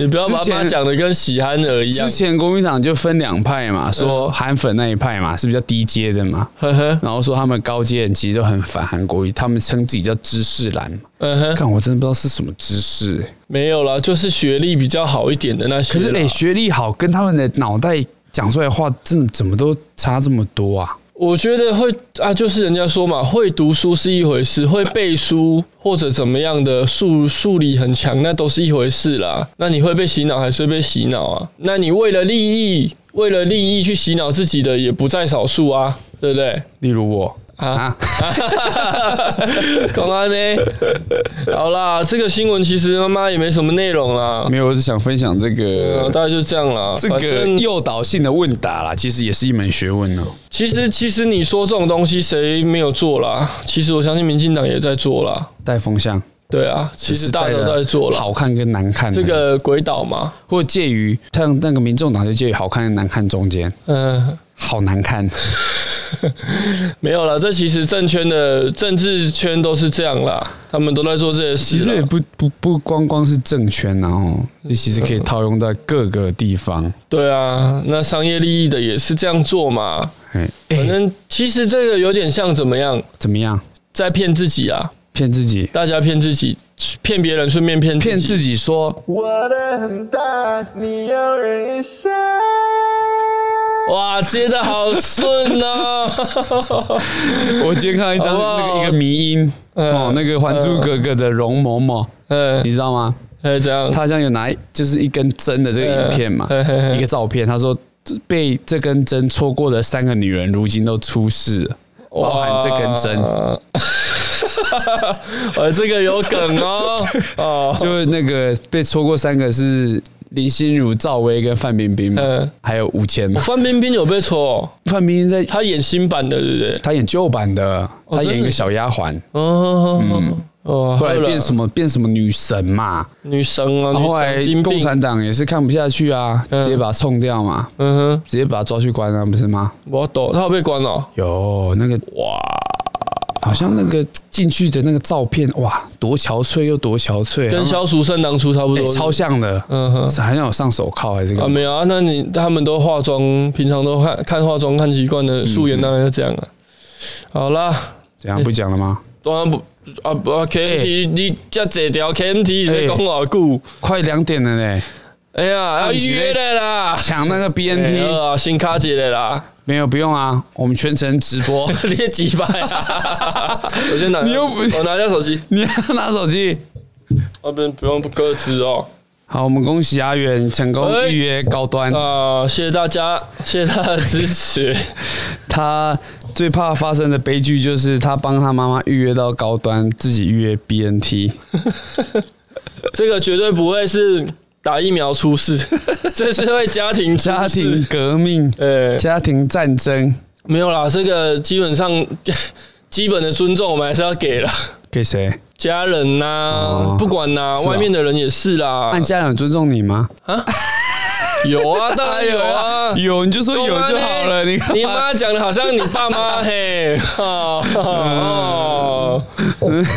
Speaker 2: 你不要把
Speaker 1: 之前
Speaker 2: 它讲的跟喜憨儿 (laughs) 一样嗯
Speaker 1: 之，前国民党就分两派嘛，说韩粉那一派嘛是比较低阶的嘛，
Speaker 2: 呵呵，
Speaker 1: 然后说他们高阶人其实都很反韩国瑜，他们称自己叫知识蓝嘛。
Speaker 2: 嗯哼。
Speaker 1: 看我真的不知道是什么知识、欸
Speaker 2: 没有啦，就是学历比较好一点的那些
Speaker 1: 可
Speaker 2: 啦。
Speaker 1: 是哎、欸学历好跟他们的脑袋讲出来的话，真的怎么都差这么多啊？
Speaker 2: 我觉得会啊，就是人家说嘛，会读书是一回事，会背书或者怎么样的数数理很强，那都是一回事啦。那你会被洗脑还是会被洗脑啊？那你为了利益，为了利益去洗脑自己的也不在少数啊，对不对？ (laughs)
Speaker 1: 例如我啊， (laughs)
Speaker 2: 公安呢？好啦，这个新闻其实妈妈也没什么内容啦，
Speaker 1: 没有，我只想分享这
Speaker 2: 呃，
Speaker 1: 个。
Speaker 2: (laughs) 大概就这样啦。
Speaker 1: 这
Speaker 2: 反
Speaker 1: 个
Speaker 2: 正
Speaker 1: 诱导性的问答啦，其实也是一门学问哦。
Speaker 2: 其实其实你说这种东西谁没有做啦？其实我相信民进党也在做啦。
Speaker 1: 带风向，
Speaker 2: 对啊，其实大家都在做啦。
Speaker 1: 好看跟难看而已，
Speaker 2: 这个鬼岛嘛，
Speaker 1: 或介于像那个民众党就介于好看跟难看中间，
Speaker 2: 嗯，
Speaker 1: 好难看。
Speaker 2: 没有啦，这其实政圈的政治圈都是这样啦，他们都在做这些
Speaker 1: 其
Speaker 2: 事
Speaker 1: 实也
Speaker 2: 啦。
Speaker 1: 不不不光光是政圈、啊，然后你其实可以套用在各个地方。
Speaker 2: 对啊，那商业利益的也是这样做嘛。
Speaker 1: 哎、
Speaker 2: 反
Speaker 1: 哎
Speaker 2: 正其实这个有点像怎么样，
Speaker 1: 怎么样？
Speaker 2: 在骗自己啊，
Speaker 1: 骗自己，
Speaker 2: 大家骗自己，骗别人，顺便骗
Speaker 1: 骗自
Speaker 2: 己。
Speaker 1: 己说
Speaker 5: 我的很大，你要忍一下。
Speaker 2: 哇，接的好顺
Speaker 1: (laughs)
Speaker 2: 哦。
Speaker 1: 我今天看到一张
Speaker 2: 好不好
Speaker 1: 那个一个迷音哦，那个《还珠格格》的容嬷嬷，
Speaker 2: 嗯
Speaker 1: 你，知道吗？
Speaker 2: 哎，这样
Speaker 1: 她，好像有拿就是一根针的这个影片嘛
Speaker 2: 嗯嘿嘿，嘿
Speaker 1: 一个照片，她说被这根针戳过的三个女人，如今都出世了。包含这根针，
Speaker 2: 哇呃，这个有梗哦，哦，
Speaker 1: (laughs) 就那个被戳过三个是林心如、赵薇跟范冰冰嘛，
Speaker 2: 嗯
Speaker 1: 还有吴谦嘛。
Speaker 2: 范冰冰有被戳、哦，
Speaker 1: 范冰冰在
Speaker 2: 她演新版的，对不对？
Speaker 1: 她演旧版的，她
Speaker 2: 哦真的
Speaker 1: 演一个小丫鬟，
Speaker 2: 哦，哦，
Speaker 1: 后来变什
Speaker 2: 么
Speaker 1: 么变什么女神嘛，
Speaker 2: 女生啊，
Speaker 1: 然后后来
Speaker 2: 女神经
Speaker 1: 共
Speaker 2: 病，
Speaker 1: 产党也是看不下去啊，
Speaker 2: 嗯
Speaker 1: 直接把她冲掉嘛，
Speaker 2: 嗯哼，
Speaker 1: 直接把她抓去关啊，不是吗？
Speaker 2: 我懂，她有被关了、
Speaker 1: 有那个
Speaker 2: 哇，
Speaker 1: 好像那个进去的那个照片，哇，多憔悴又多憔悴，
Speaker 2: 跟
Speaker 1: 然后
Speaker 2: 萧淑慎当初差不
Speaker 1: 哎
Speaker 2: 多，
Speaker 1: 超像的，
Speaker 2: 嗯哼
Speaker 1: 是好像有上手铐还是
Speaker 2: 啊，
Speaker 1: 干嘛？
Speaker 2: 没有啊，那你他们都化妆，平常都看看化妆看习惯的素颜，当然是这样啊。好啦，
Speaker 1: 怎样不讲了吗？
Speaker 2: 当然不啊不啊 KMT，你这这条 KMT 你在讲老久，
Speaker 1: 快两点了嘞，
Speaker 2: 哎呀，要预约的啦，
Speaker 1: 抢那个
Speaker 2: 哎好
Speaker 1: BNT
Speaker 2: 啊，新卡姐的啦，
Speaker 1: 没有不用啊，我们全程直
Speaker 2: (laughs)
Speaker 1: 播，
Speaker 2: 你也几百啊？我先拿，
Speaker 1: 你又不
Speaker 2: 我拿一下手机，
Speaker 1: 你要拿手机。
Speaker 2: 啊不不用不搁置哦。
Speaker 1: 好，我们恭喜阿远成功
Speaker 2: 哎
Speaker 1: 预约高端。
Speaker 2: 啊，谢谢大家，谢谢大家的支持。
Speaker 1: 他最怕发生的悲剧就是他帮他妈妈预约到高端，自己预约 BNT。
Speaker 2: 这个绝对不会是打疫苗出事，这是会家庭出事
Speaker 1: 家庭革命，
Speaker 2: 呃
Speaker 1: 家庭战争，
Speaker 2: 没有啦，这个基本上基本的尊重我们还是要给啦，
Speaker 1: 给谁？
Speaker 2: 家人呐、
Speaker 1: 哦
Speaker 2: 不管呐、
Speaker 1: 是啊
Speaker 2: 外面的人也是啦
Speaker 1: 按，家长有尊重你吗？
Speaker 2: 有啊，当然有啊。
Speaker 1: 有你就说有就好了。你
Speaker 2: 哎你妈讲的好像你爸
Speaker 1: (laughs)
Speaker 2: 妈嘿，哦哦，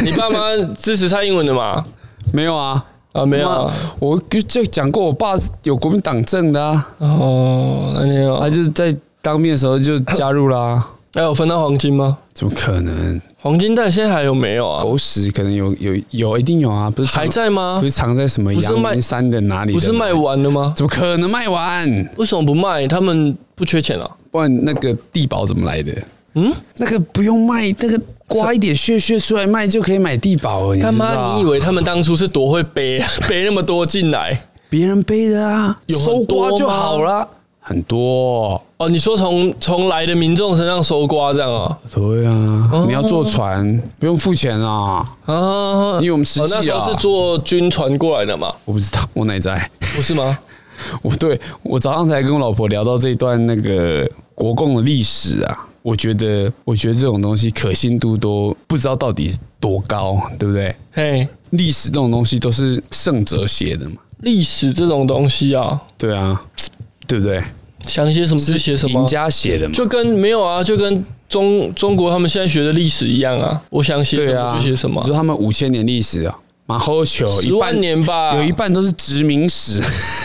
Speaker 2: 你爸妈支持蔡英文的嘛？
Speaker 1: 没有啊？
Speaker 2: 啊，没有啊
Speaker 1: 妈我就就讲过，我爸是有国民党政的啊，
Speaker 2: 哦，那你有
Speaker 1: 他就是在当面的时候就加入啊啦、
Speaker 2: 还有分到黄金吗？
Speaker 1: 怎么可能？
Speaker 2: 黄金袋现在还有没有啊？
Speaker 1: 狗屎可能有有有一定有啊，不是藏
Speaker 2: 还在吗
Speaker 1: 不是？藏在什么
Speaker 2: 不是
Speaker 1: 阳
Speaker 2: 卖
Speaker 1: 明山的哪里的？
Speaker 2: 不是卖完了吗？
Speaker 1: 怎么可能卖完？
Speaker 2: 为什么不卖？他们不缺钱啊？
Speaker 1: 不然那个地保怎么来的？
Speaker 2: 嗯，
Speaker 1: 那个不用卖，那个刮一点屑屑出来卖就可以买地保了。你
Speaker 2: 他
Speaker 1: 知道
Speaker 2: 妈，你以为他们当初是多会背啊？ (laughs) 背那么多进来？
Speaker 1: 别人背的啊？
Speaker 2: 有
Speaker 1: 收
Speaker 2: 很多
Speaker 1: 刮
Speaker 2: 吗
Speaker 1: 就好了，很多。
Speaker 2: 哦，你说从从来的民众身上搜刮这样啊？
Speaker 1: 对啊，你要坐船不用付钱啊？
Speaker 2: 啊，
Speaker 1: 因为我们实
Speaker 2: 哦、那
Speaker 1: 际
Speaker 2: 时
Speaker 1: 啊
Speaker 2: 候是坐军船过来
Speaker 1: (laughs)
Speaker 2: 的嘛，
Speaker 1: 我不知道，我哪在？
Speaker 2: 不是吗？
Speaker 1: 我对我早上才跟我老婆聊到这一段那个国共的历史啊，我觉得，我觉得这种东西可信度都不知道到底多高，对不对？
Speaker 2: 嘿，
Speaker 1: 历史这种东西都是胜者写的嘛，
Speaker 2: 历史这种东西啊，
Speaker 1: 对啊，对不对？
Speaker 2: 想写什么就写什么
Speaker 1: 赢，家写的嘛，
Speaker 2: 就跟没有啊，就跟中中国他们现在学的历史一样啊，我想写
Speaker 1: 对
Speaker 2: 什
Speaker 1: 啊，
Speaker 2: 么就写什么
Speaker 1: 你，说他们五千年历史啊，马后球
Speaker 2: 十、
Speaker 1: 一
Speaker 2: 万
Speaker 1: 半
Speaker 2: 年吧，
Speaker 1: 有一半都是殖民史， (laughs)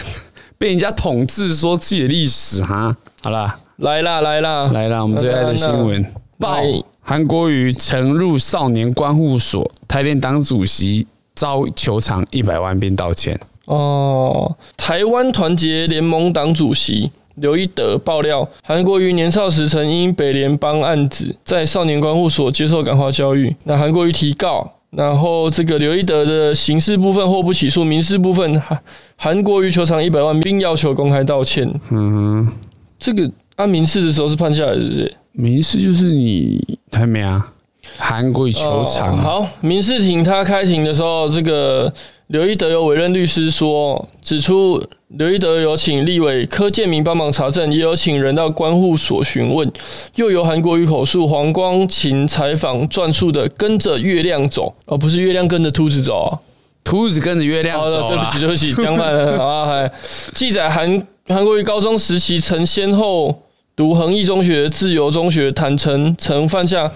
Speaker 1: 被人家统治说自己的历史哈。好啦，
Speaker 2: 来啦来啦
Speaker 1: (laughs) 来啦，我们最爱的新闻报
Speaker 2: 来：
Speaker 1: 韩国瑜曾入少年关护所，台联党主席遭球场一百万并道歉。
Speaker 2: 哦，台湾团结联盟党主席刘一德爆料，韩国瑜年少时曾因北联邦案子在少年关护所接受感化教育，那韩国瑜提告。然后这个刘一德的刑事部分或不起诉，民事部分韩韩国瑜求偿一百万，并要求公开道歉。
Speaker 1: 嗯哼，
Speaker 2: 这个按、民事的时候是判下来，是不是？
Speaker 1: 民事就是你还没啊？韩国瑜球场、啊
Speaker 2: 哦好，民事庭他开庭的时候，这个刘一德有委任律师说，指出刘一德有请立委柯建明帮忙查证，也有请人到关护所询问，又由韩国瑜口述、黄光琴采访转述的“跟着月亮走”，哦，不是月亮跟着兔子走、哦。
Speaker 1: 兔子跟着月亮
Speaker 2: 好的，
Speaker 1: 走
Speaker 2: 哦对
Speaker 1: 啦
Speaker 2: 不起，对不起， (laughs) 讲反了啊！还记载韩韩国瑜高中时期曾先后读恒毅中学、自由中学、坦诚，曾犯下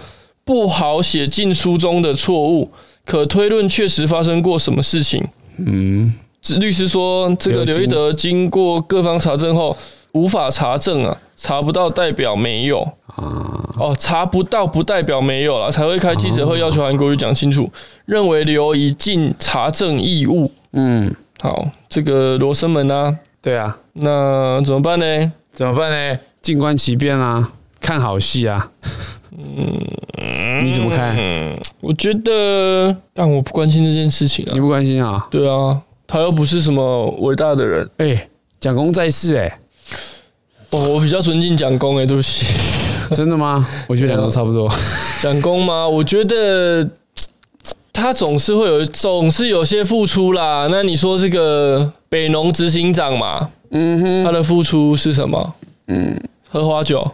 Speaker 2: 不好写进书中的错误，可推论确实发生过什么事情。
Speaker 1: 嗯，
Speaker 2: 律师说，这个
Speaker 1: 刘
Speaker 2: 刘
Speaker 1: 金
Speaker 2: 一德经过各方查证后，无法查证啊，查不到代表没有哦，查不到不代表没有了，才会开记者会要求韩国瑜讲清楚，认为刘已尽查证义务。
Speaker 1: 嗯，
Speaker 2: 好，这个罗生门啊，
Speaker 1: 对啊，
Speaker 2: 那怎么办呢？
Speaker 1: 怎么办呢？静观其变啊，看好戏啊。嗯，你怎么看？
Speaker 2: 我觉得，但我不关心这件事情啊
Speaker 1: 你。不关心啊？
Speaker 2: 对啊，他又不是什么伟大的人。
Speaker 1: 哎、蒋公在世、哎，
Speaker 2: 欸哦，我比较尊敬蒋公哎、对不起。 (laughs)
Speaker 1: 真的吗？我觉得两个都差不多。
Speaker 2: 讲功吗？我觉得他总是会有，总是有些付出啦。那你说这个北农执行长嘛，嗯哼，他的付出是什么？嗯，喝花酒，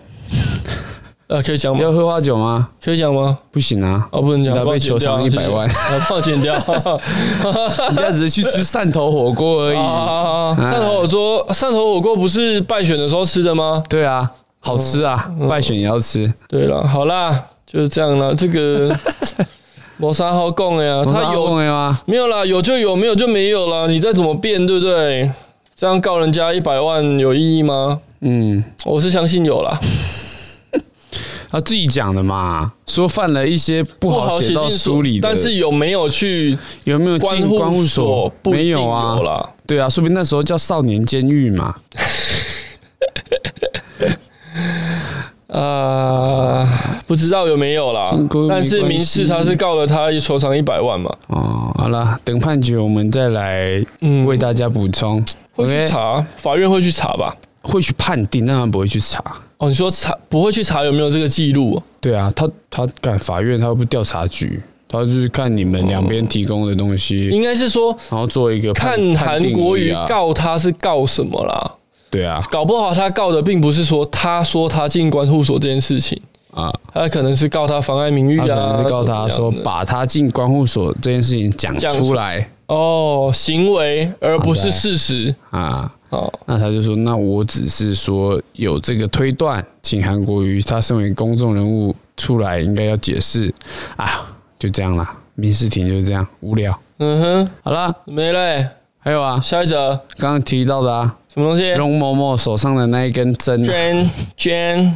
Speaker 2: 呃，可以讲吗？
Speaker 1: 要喝花酒吗？
Speaker 2: 可以讲吗？
Speaker 1: 不行啊，
Speaker 2: 哦，不能讲，
Speaker 1: 你要
Speaker 2: 帮我
Speaker 1: 被
Speaker 2: 剪
Speaker 1: 求
Speaker 2: 掉
Speaker 1: 偿一百万。
Speaker 2: 谢谢啊帮我剪掉。
Speaker 1: 你现在只是去吃汕头火锅而已。
Speaker 2: 啊，汕头火锅，汕头火锅不是败选的时候吃的吗？
Speaker 1: 对啊，好吃啊，
Speaker 2: 嗯
Speaker 1: 败选也要吃。
Speaker 2: 对了，好啦，就是这样啦。这个没啥好讲的呀，他有
Speaker 1: 没有啊？
Speaker 2: 没有啦，有就有，没有就没有啦。你再怎么变，对不对？这样告人家一百万有意义吗？
Speaker 1: 嗯，
Speaker 2: 我是相信有啦。
Speaker 1: 他自己讲的嘛，说犯了一些不
Speaker 2: 不
Speaker 1: 好
Speaker 2: 好
Speaker 1: 写
Speaker 2: 写
Speaker 1: 到
Speaker 2: 进
Speaker 1: 书里的，
Speaker 2: 但是有没有去
Speaker 1: 有没有
Speaker 2: 关
Speaker 1: 进关护所？
Speaker 2: 不一定
Speaker 1: 没有啊
Speaker 2: 有，啦。
Speaker 1: 对啊，说不定那时候叫少年监狱嘛。
Speaker 2: 啊、不知道有没有啦
Speaker 1: 进攻。没
Speaker 2: 但是
Speaker 1: 关
Speaker 2: 民事
Speaker 1: 系
Speaker 2: 他是告了他求偿一百万嘛，
Speaker 1: 哦，好啦，等判决我们再来
Speaker 2: 嗯
Speaker 1: 为大家补充。
Speaker 2: 会去
Speaker 1: OK，
Speaker 2: 查，法院会去查吧？
Speaker 1: 会去判定，但他不会去查。
Speaker 2: 哦，你说查不会去查有没有这个记录、哦？
Speaker 1: 对啊，他他干法院，他又不调查局，他就是看你们两边提供的东西，
Speaker 2: 应该是说
Speaker 1: 然后做一个判
Speaker 2: 看
Speaker 1: 判
Speaker 2: 韩
Speaker 1: 定
Speaker 2: 国
Speaker 1: 而已
Speaker 2: 瑜
Speaker 1: 啊
Speaker 2: 告他是告什么啦？
Speaker 1: 对啊
Speaker 2: 搞不好他告的并不是说他说他进关护所这件事情，
Speaker 1: 啊，
Speaker 2: 他可能是告他妨碍名誉
Speaker 1: 他可
Speaker 2: 啊，
Speaker 1: 能是告他
Speaker 2: 怎么
Speaker 1: 说
Speaker 2: 样的
Speaker 1: 把他进关护所这件事情讲
Speaker 2: 讲
Speaker 1: 出来
Speaker 2: 哦行为而不
Speaker 1: 对
Speaker 2: 是事实
Speaker 1: 啊，
Speaker 2: 哦。
Speaker 1: 那他就说那我只是说有这个推断，请韩国瑜他身为公众人物出来应该要解释啊，就这样啦，民事庭就是这样无聊。
Speaker 2: 嗯哼，
Speaker 1: 好啦，
Speaker 2: 没嘞，
Speaker 1: 还有啊，
Speaker 2: 下一则
Speaker 1: 刚刚提到的啊，
Speaker 2: 什么东西
Speaker 1: 容嬷嬷手上的那一根针、啊，
Speaker 2: ？Jan Jan，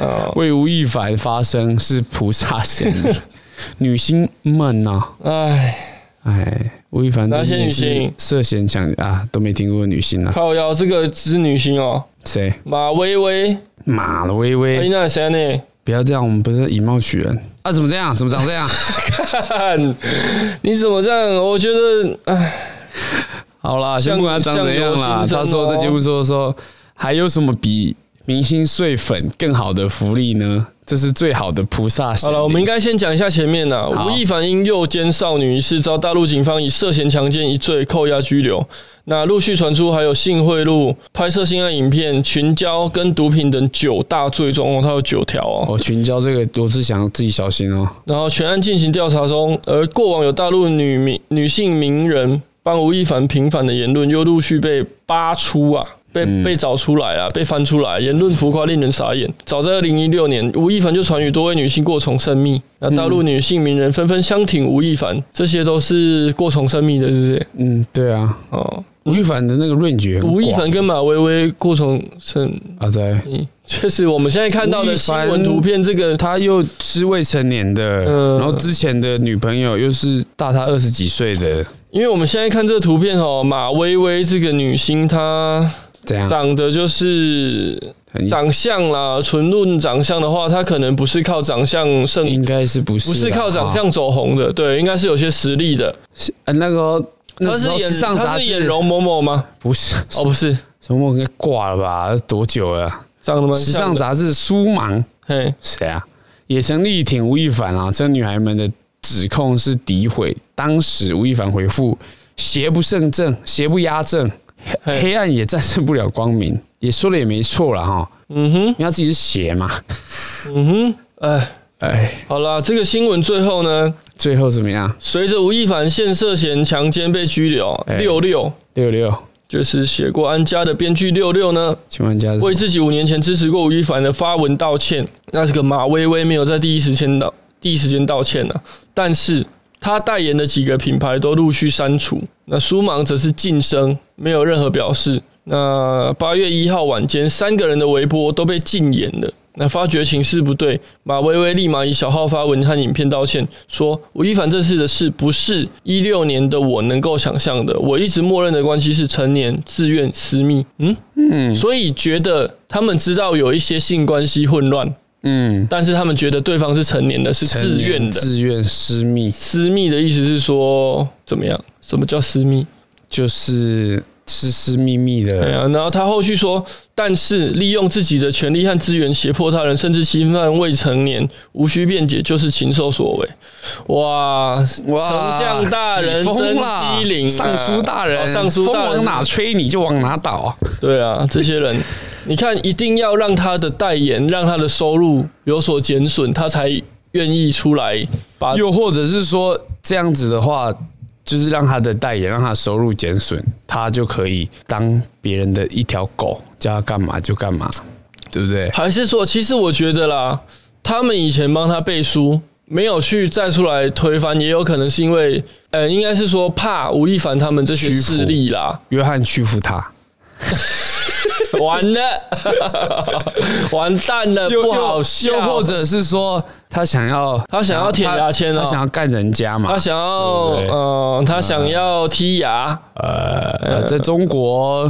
Speaker 2: 哦
Speaker 1: 为吴亦凡发声是菩萨贤明， (laughs) 女星们呐、啊，
Speaker 2: 哎，
Speaker 1: 哎，吴亦凡
Speaker 2: 哪些
Speaker 1: 最近
Speaker 2: 女
Speaker 1: 是
Speaker 2: 星
Speaker 1: 涉嫌强啊，都没听过女星啊，
Speaker 2: 靠腰，这个是女星哦，
Speaker 1: 谁？
Speaker 2: 马薇薇，
Speaker 1: 马了微
Speaker 2: 哎，
Speaker 1: 微，
Speaker 2: 那谁呢？ (laughs)
Speaker 1: 不要这样，我们不是以貌取人啊？怎么这样？怎么长这样？
Speaker 2: 看你怎么这样？我觉得，哎，
Speaker 1: (laughs) 好啦，先
Speaker 2: 像
Speaker 1: 不管他长怎样啦，他
Speaker 2: 像罗先生哦
Speaker 1: 说在节目说说，还有什么比明星睡粉更好的福利呢？这是最好的菩萨神
Speaker 2: 好
Speaker 1: 灵。
Speaker 2: 了，我们应该先讲一下前面呐。
Speaker 1: 好
Speaker 2: 吴亦凡因诱奸少女一事，遭大陆警方以涉嫌强奸一罪扣押拘留。那陆续传出还有性贿赂、拍摄性爱影片、群交跟毒品等九大罪状哦，他有九条哦。
Speaker 1: 哦，群交这个我是想自己小心哦。
Speaker 2: 然后全案进行调查中，而过往有大陆女名女性名人帮吴亦凡平反的言论，又陆续被扒出啊。被
Speaker 1: 嗯
Speaker 2: 被找出来啊，被翻出来，言论浮夸令人傻眼。早在二零一六年，吴亦凡就传与多位女性过从甚密，那大陆女性名人纷纷相挺吴亦凡，这些都是过从甚密的，是不是？
Speaker 1: 嗯，对啊，
Speaker 2: 哦，
Speaker 1: 吴亦凡的那个论据，
Speaker 2: 吴亦凡跟马薇薇过从甚
Speaker 1: 啊，在
Speaker 2: 密，确实我们现在看到
Speaker 1: 吴亦
Speaker 2: 的新
Speaker 1: 凡
Speaker 2: 闻图片，这个
Speaker 1: 他又是未成年的，
Speaker 2: 嗯
Speaker 1: 然后之前的女朋友又是大他二十几岁的，
Speaker 2: 因为我们现在看这个图片哦，马薇薇这个女星，她
Speaker 1: 这样
Speaker 2: 长得就是
Speaker 1: 很
Speaker 2: 长相啦，纯论长相的话，她可能不是靠长相胜，
Speaker 1: 应该是不是
Speaker 2: 不是
Speaker 1: 啦
Speaker 2: 靠长
Speaker 1: 哈
Speaker 2: 相走红的，对，应该是有些实力的。
Speaker 1: 呃，那个哦那
Speaker 2: 她
Speaker 1: 时
Speaker 2: 是
Speaker 1: 候
Speaker 2: 演
Speaker 1: 时尚
Speaker 2: 她
Speaker 1: 杂
Speaker 2: 是
Speaker 1: 志
Speaker 2: 演容嬷嬷吗？
Speaker 1: 不是
Speaker 2: 哦，不是，
Speaker 1: 什么应该挂了吧？多久了？
Speaker 2: 长得蛮
Speaker 1: 时尚
Speaker 2: 像的。
Speaker 1: 杂志《书盲》
Speaker 2: 嘿，
Speaker 1: 谁啊？也曾力挺吴亦凡啊，这女孩们的指控是诋毁。当时吴亦凡回复：邪不胜正，邪不压正，
Speaker 2: 嘿
Speaker 1: 黑暗也战胜不了光明。也说的也没错了哈，
Speaker 2: 嗯哼，
Speaker 1: 因为他自己是邪嘛。
Speaker 2: 嗯哼，哎，
Speaker 1: 哎，
Speaker 2: 好啦，这个新闻最后呢，
Speaker 1: 最后怎么样？
Speaker 2: 随着吴亦凡现涉嫌强奸被拘留，
Speaker 1: 哎
Speaker 2: 六六
Speaker 1: 六六，
Speaker 2: 就是写过安家的编剧六六呢，
Speaker 1: 请问家是什么
Speaker 2: 为自己五年前支持过吴亦凡的发文道歉。那这个马薇薇没有在第一时间道第一时间道歉呢、啊但是她代言的几个品牌都陆续删除。那苏芒则是晋升，没有任何表示。那八月一号晚间，三个人的微博都被禁言了。那发觉情势不对，马薇薇立马以小号发文和影片道歉，说吴亦凡这次的事不是一六年的我能够想象的，我一直默认的关系是成年、自愿、私密。嗯，所以觉得他们知道有一些性关系混乱，
Speaker 1: 嗯，
Speaker 2: 但是他们觉得对方是成年的，是
Speaker 1: 成
Speaker 2: 自
Speaker 1: 年
Speaker 2: 愿的。
Speaker 1: 自愿私密
Speaker 2: 私密的意思是说怎么样？什么叫私密？
Speaker 1: 就是私私密密
Speaker 2: 对
Speaker 1: 的，
Speaker 2: 啊，然后他后续说，但是利用自己的权利和资源胁迫他人，甚至侵犯未成年，无需辩解，就是禽兽所为。哇哇，丞相大人
Speaker 1: 起
Speaker 2: 真
Speaker 1: 风啦
Speaker 2: 机灵啊、
Speaker 1: 尚书大人，
Speaker 2: 哦尚书
Speaker 1: 风
Speaker 2: 大人
Speaker 1: 往哪吹你就往哪倒。
Speaker 2: 对啊，这些
Speaker 1: (laughs)
Speaker 2: 人，你看，一定要让他的代言，让他的收入有所减损，他才愿意出来把。
Speaker 1: 又或者是说这样子的话，就是让他的代言，让他的收入减损，他就可以当别人的一条狗，叫他干嘛就干嘛，对不对？
Speaker 2: 还是说，其实我觉得啦，他们以前帮他背书，没有去站出来推翻，也有可能是因为，呃，应该是说怕吴亦凡他们这些
Speaker 1: 屈服
Speaker 2: 势力啦，
Speaker 1: 约翰屈服他，(laughs)
Speaker 2: 完了，完蛋了，不好笑。
Speaker 1: 又或者是说他想要
Speaker 2: 他想要舔牙签哦
Speaker 1: 他想要干人家嘛
Speaker 2: 他？想要，
Speaker 1: 对啊不对
Speaker 2: 嗯，他想要踢牙，
Speaker 1: 呃，在中国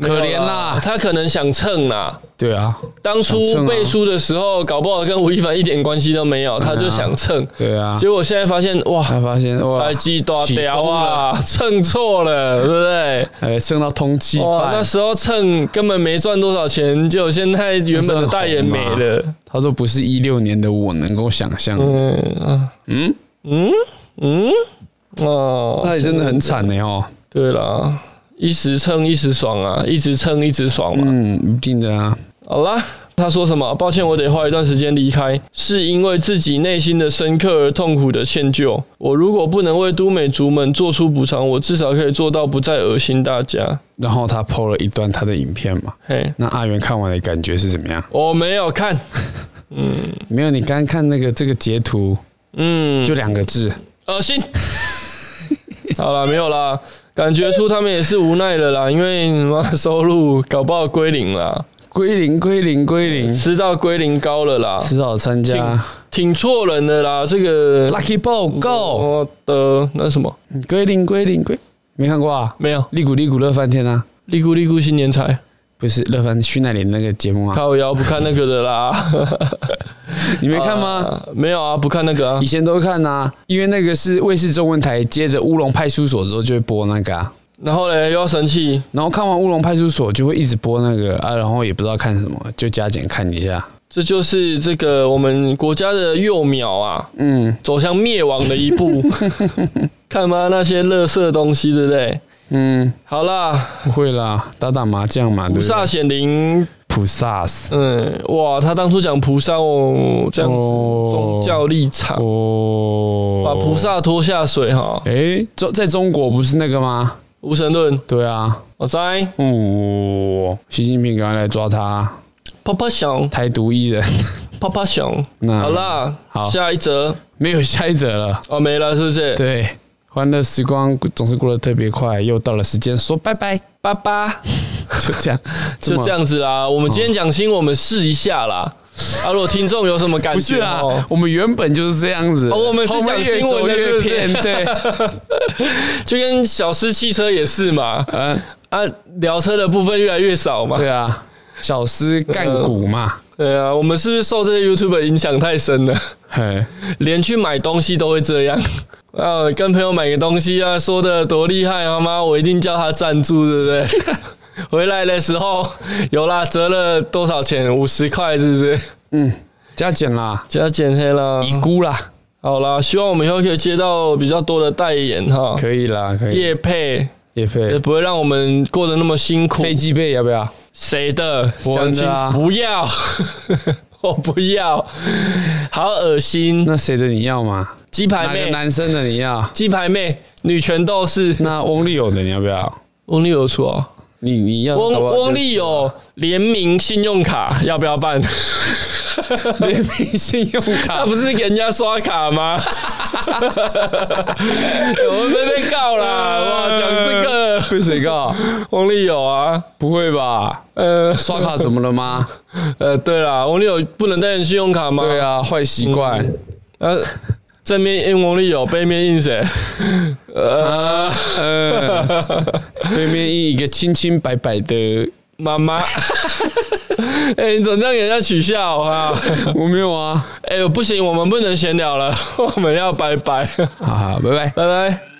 Speaker 1: 可
Speaker 2: 呃没
Speaker 1: 怜啊
Speaker 2: 有
Speaker 1: 啦，
Speaker 2: 他可能想蹭啦。
Speaker 1: 对啊，
Speaker 2: 当
Speaker 1: 想蹭
Speaker 2: 初
Speaker 1: 啊
Speaker 2: 背书的时候，搞不好跟吴亦凡一点关系都没有，他就想蹭。
Speaker 1: 对啊
Speaker 2: 结果现在发现，
Speaker 1: 他
Speaker 2: 哇，
Speaker 1: 发现哇
Speaker 2: 白，鸡大
Speaker 1: 起
Speaker 2: 屌
Speaker 1: 风了，
Speaker 2: 啊，蹭错了，对不
Speaker 1: (laughs)
Speaker 2: 对？
Speaker 1: 哎，蹭到通气
Speaker 2: 哇，那
Speaker 1: 犯，
Speaker 2: 时候蹭根本没赚多少钱，就现在原本的代言没了。
Speaker 1: 他说不是一六年的我能够想象的，
Speaker 2: 嗯
Speaker 1: (laughs)
Speaker 2: 哦，
Speaker 1: 那也真的很惨呢哦。
Speaker 2: 对啦，一时蹭一时爽啊，一直蹭一直爽嘛。
Speaker 1: 嗯，一定的啊。
Speaker 2: 好啦，他说什么？抱歉，我得花一段时间离开，是因为自己内心的深刻而痛苦的歉疚。我如果不能为都美族们做出补偿，我至少可以做到不再恶心大家。
Speaker 1: 然后他 PO 了一段他的影片嘛。
Speaker 2: 嘿，
Speaker 1: 那阿元看完的感觉是怎么样？
Speaker 2: 我没有看，
Speaker 1: 没有，你刚刚看那个这个截图，
Speaker 2: 嗯，
Speaker 1: 就两个字，
Speaker 2: 恶心。好了，没有啦，感觉出他们也是无奈的啦，因为什么收入搞不好归零啦，
Speaker 1: 归零，归零，归零，
Speaker 2: 吃到归零高了啦，
Speaker 1: 只好参加
Speaker 2: 挺错人的啦，这个
Speaker 1: Lucky Ball Go，
Speaker 2: 我的那什么
Speaker 1: 归零，归零，归，没看过啊？
Speaker 2: 没有，
Speaker 1: 利古利古乐翻天啊，
Speaker 2: 利咕利咕新年财。
Speaker 1: 不是乐翻徐乃麟那个节目啊，
Speaker 2: (laughs) 靠腰不看那个的啦，
Speaker 1: 你 (laughs) 没看吗？
Speaker 2: 啊没有啊，不看那个啊
Speaker 1: 以。前都看啊，因为那个是卫视中文台接着《乌龙派出所》之后就会播那个啊，
Speaker 2: 然后嘞，又要生气，
Speaker 1: 然后看完《乌龙派出所》就会一直播那个啊，然后也不知道看什么，就加减看一下。
Speaker 2: 这就是这个我们国家的幼苗啊，
Speaker 1: 嗯，
Speaker 2: 走向灭亡的一
Speaker 1: (laughs)
Speaker 2: 步。看吗？那些垃圾东西，对不对？
Speaker 1: 嗯，
Speaker 2: 好啦，
Speaker 1: 不会啦，打打麻将嘛，
Speaker 2: 菩
Speaker 1: 对不
Speaker 2: 萨
Speaker 1: 对？
Speaker 2: 显灵，
Speaker 1: 菩萨斯
Speaker 2: 嗯，哇，他当初讲菩萨哦，这样子
Speaker 1: 哦
Speaker 2: 宗教立场，
Speaker 1: 哦，
Speaker 2: 把菩萨拖下水哈。
Speaker 1: 诶，中在中国不是那个吗？
Speaker 2: 无神论，
Speaker 1: 对啊，
Speaker 2: 我在
Speaker 1: 哦，习近平赶快来抓他，
Speaker 2: 啪啪响，
Speaker 1: 台独艺人 (laughs)
Speaker 2: 啪啪响。
Speaker 1: 那
Speaker 2: 好啦，
Speaker 1: 好
Speaker 2: 下一则
Speaker 1: 没有下一则了。
Speaker 2: 哦，没了，是不是？
Speaker 1: 对，欢乐时光总是过得特别快，又到了时间说拜拜，
Speaker 2: 爸爸。
Speaker 1: (laughs) 就这样，
Speaker 2: (laughs) 就
Speaker 1: 么
Speaker 2: 这。样哦子啦。我们今天讲新闻，我们试一下啦。啊，如果听众有什么感
Speaker 1: 不是
Speaker 2: 觉
Speaker 1: 啦
Speaker 2: 哦，，
Speaker 1: 我们原本就是这样子。
Speaker 2: 哦我们是
Speaker 1: 后面
Speaker 2: 讲
Speaker 1: 越
Speaker 2: 新闻
Speaker 1: 走
Speaker 2: 的
Speaker 1: 越
Speaker 2: 是不是
Speaker 1: 偏，对，
Speaker 2: (laughs) 就跟小狮汽车也是嘛。
Speaker 1: 嗯，
Speaker 2: 啊，聊车的部分越来越少嘛。
Speaker 1: 对啊，小狮干股嘛，
Speaker 2: 对啊，我们是不是受这些 YouTube 影响太深了？
Speaker 1: 嘿，
Speaker 2: 连去买东西都会这样。 (laughs) 啊，跟朋友买个东西啊，说的多厉害啊，妈，我一定叫他赞助，对不对？ (laughs) 回来的时候有啦，折了多少钱？五十块是不是？
Speaker 1: 加减啦，
Speaker 2: 加减黑啦。
Speaker 1: 遗估啦，
Speaker 2: 好啦，希望我们以后可以接到比较多的代言哈，
Speaker 1: 可以啦，可以。
Speaker 2: 业配
Speaker 1: 也
Speaker 2: 也
Speaker 1: 费
Speaker 2: 不会让我们过得那么辛苦。
Speaker 1: 飞机杯要不要？
Speaker 2: 谁的？
Speaker 1: 我
Speaker 2: 讲清
Speaker 1: 的啊
Speaker 2: 楚，不要， (laughs) 我不要，好恶心！
Speaker 1: 那谁的你要嘛？
Speaker 2: 鸡排
Speaker 1: 哪个
Speaker 2: 妹，
Speaker 1: 男生的你要？
Speaker 2: 鸡排妹，女权斗士，
Speaker 1: 那翁立友的你要不要？
Speaker 2: 翁立友出哦，
Speaker 1: 你你要
Speaker 2: 翁
Speaker 1: 搞不好啊
Speaker 2: 翁立友联名信用卡要不
Speaker 1: (laughs)
Speaker 2: 要办？
Speaker 1: 联名信用
Speaker 2: 他
Speaker 1: 卡
Speaker 2: 不是给人家刷
Speaker 1: (laughs)
Speaker 2: 卡吗？我们被被告啦！哇，讲这个
Speaker 1: 被谁告？
Speaker 2: 翁立友啊，
Speaker 1: 不会吧？
Speaker 2: 呃
Speaker 1: 刷卡怎么了 (laughs) 吗？
Speaker 2: 呃，对啦，翁立友不能代言信用卡吗？
Speaker 1: 对，啊，坏习惯。
Speaker 2: 呃，正面欸印翁立友，背面印谁？呃，
Speaker 1: (laughs) 对面印一个清清白白的，
Speaker 2: 妈 (laughs) 妈。哎、你怎么这样给人家取笑啊？ (laughs) 欸
Speaker 1: 我没有啊。
Speaker 2: 哎、呦，不行，我们不能闲聊了，我们要拜拜，
Speaker 1: 好好，拜拜。
Speaker 2: 拜拜。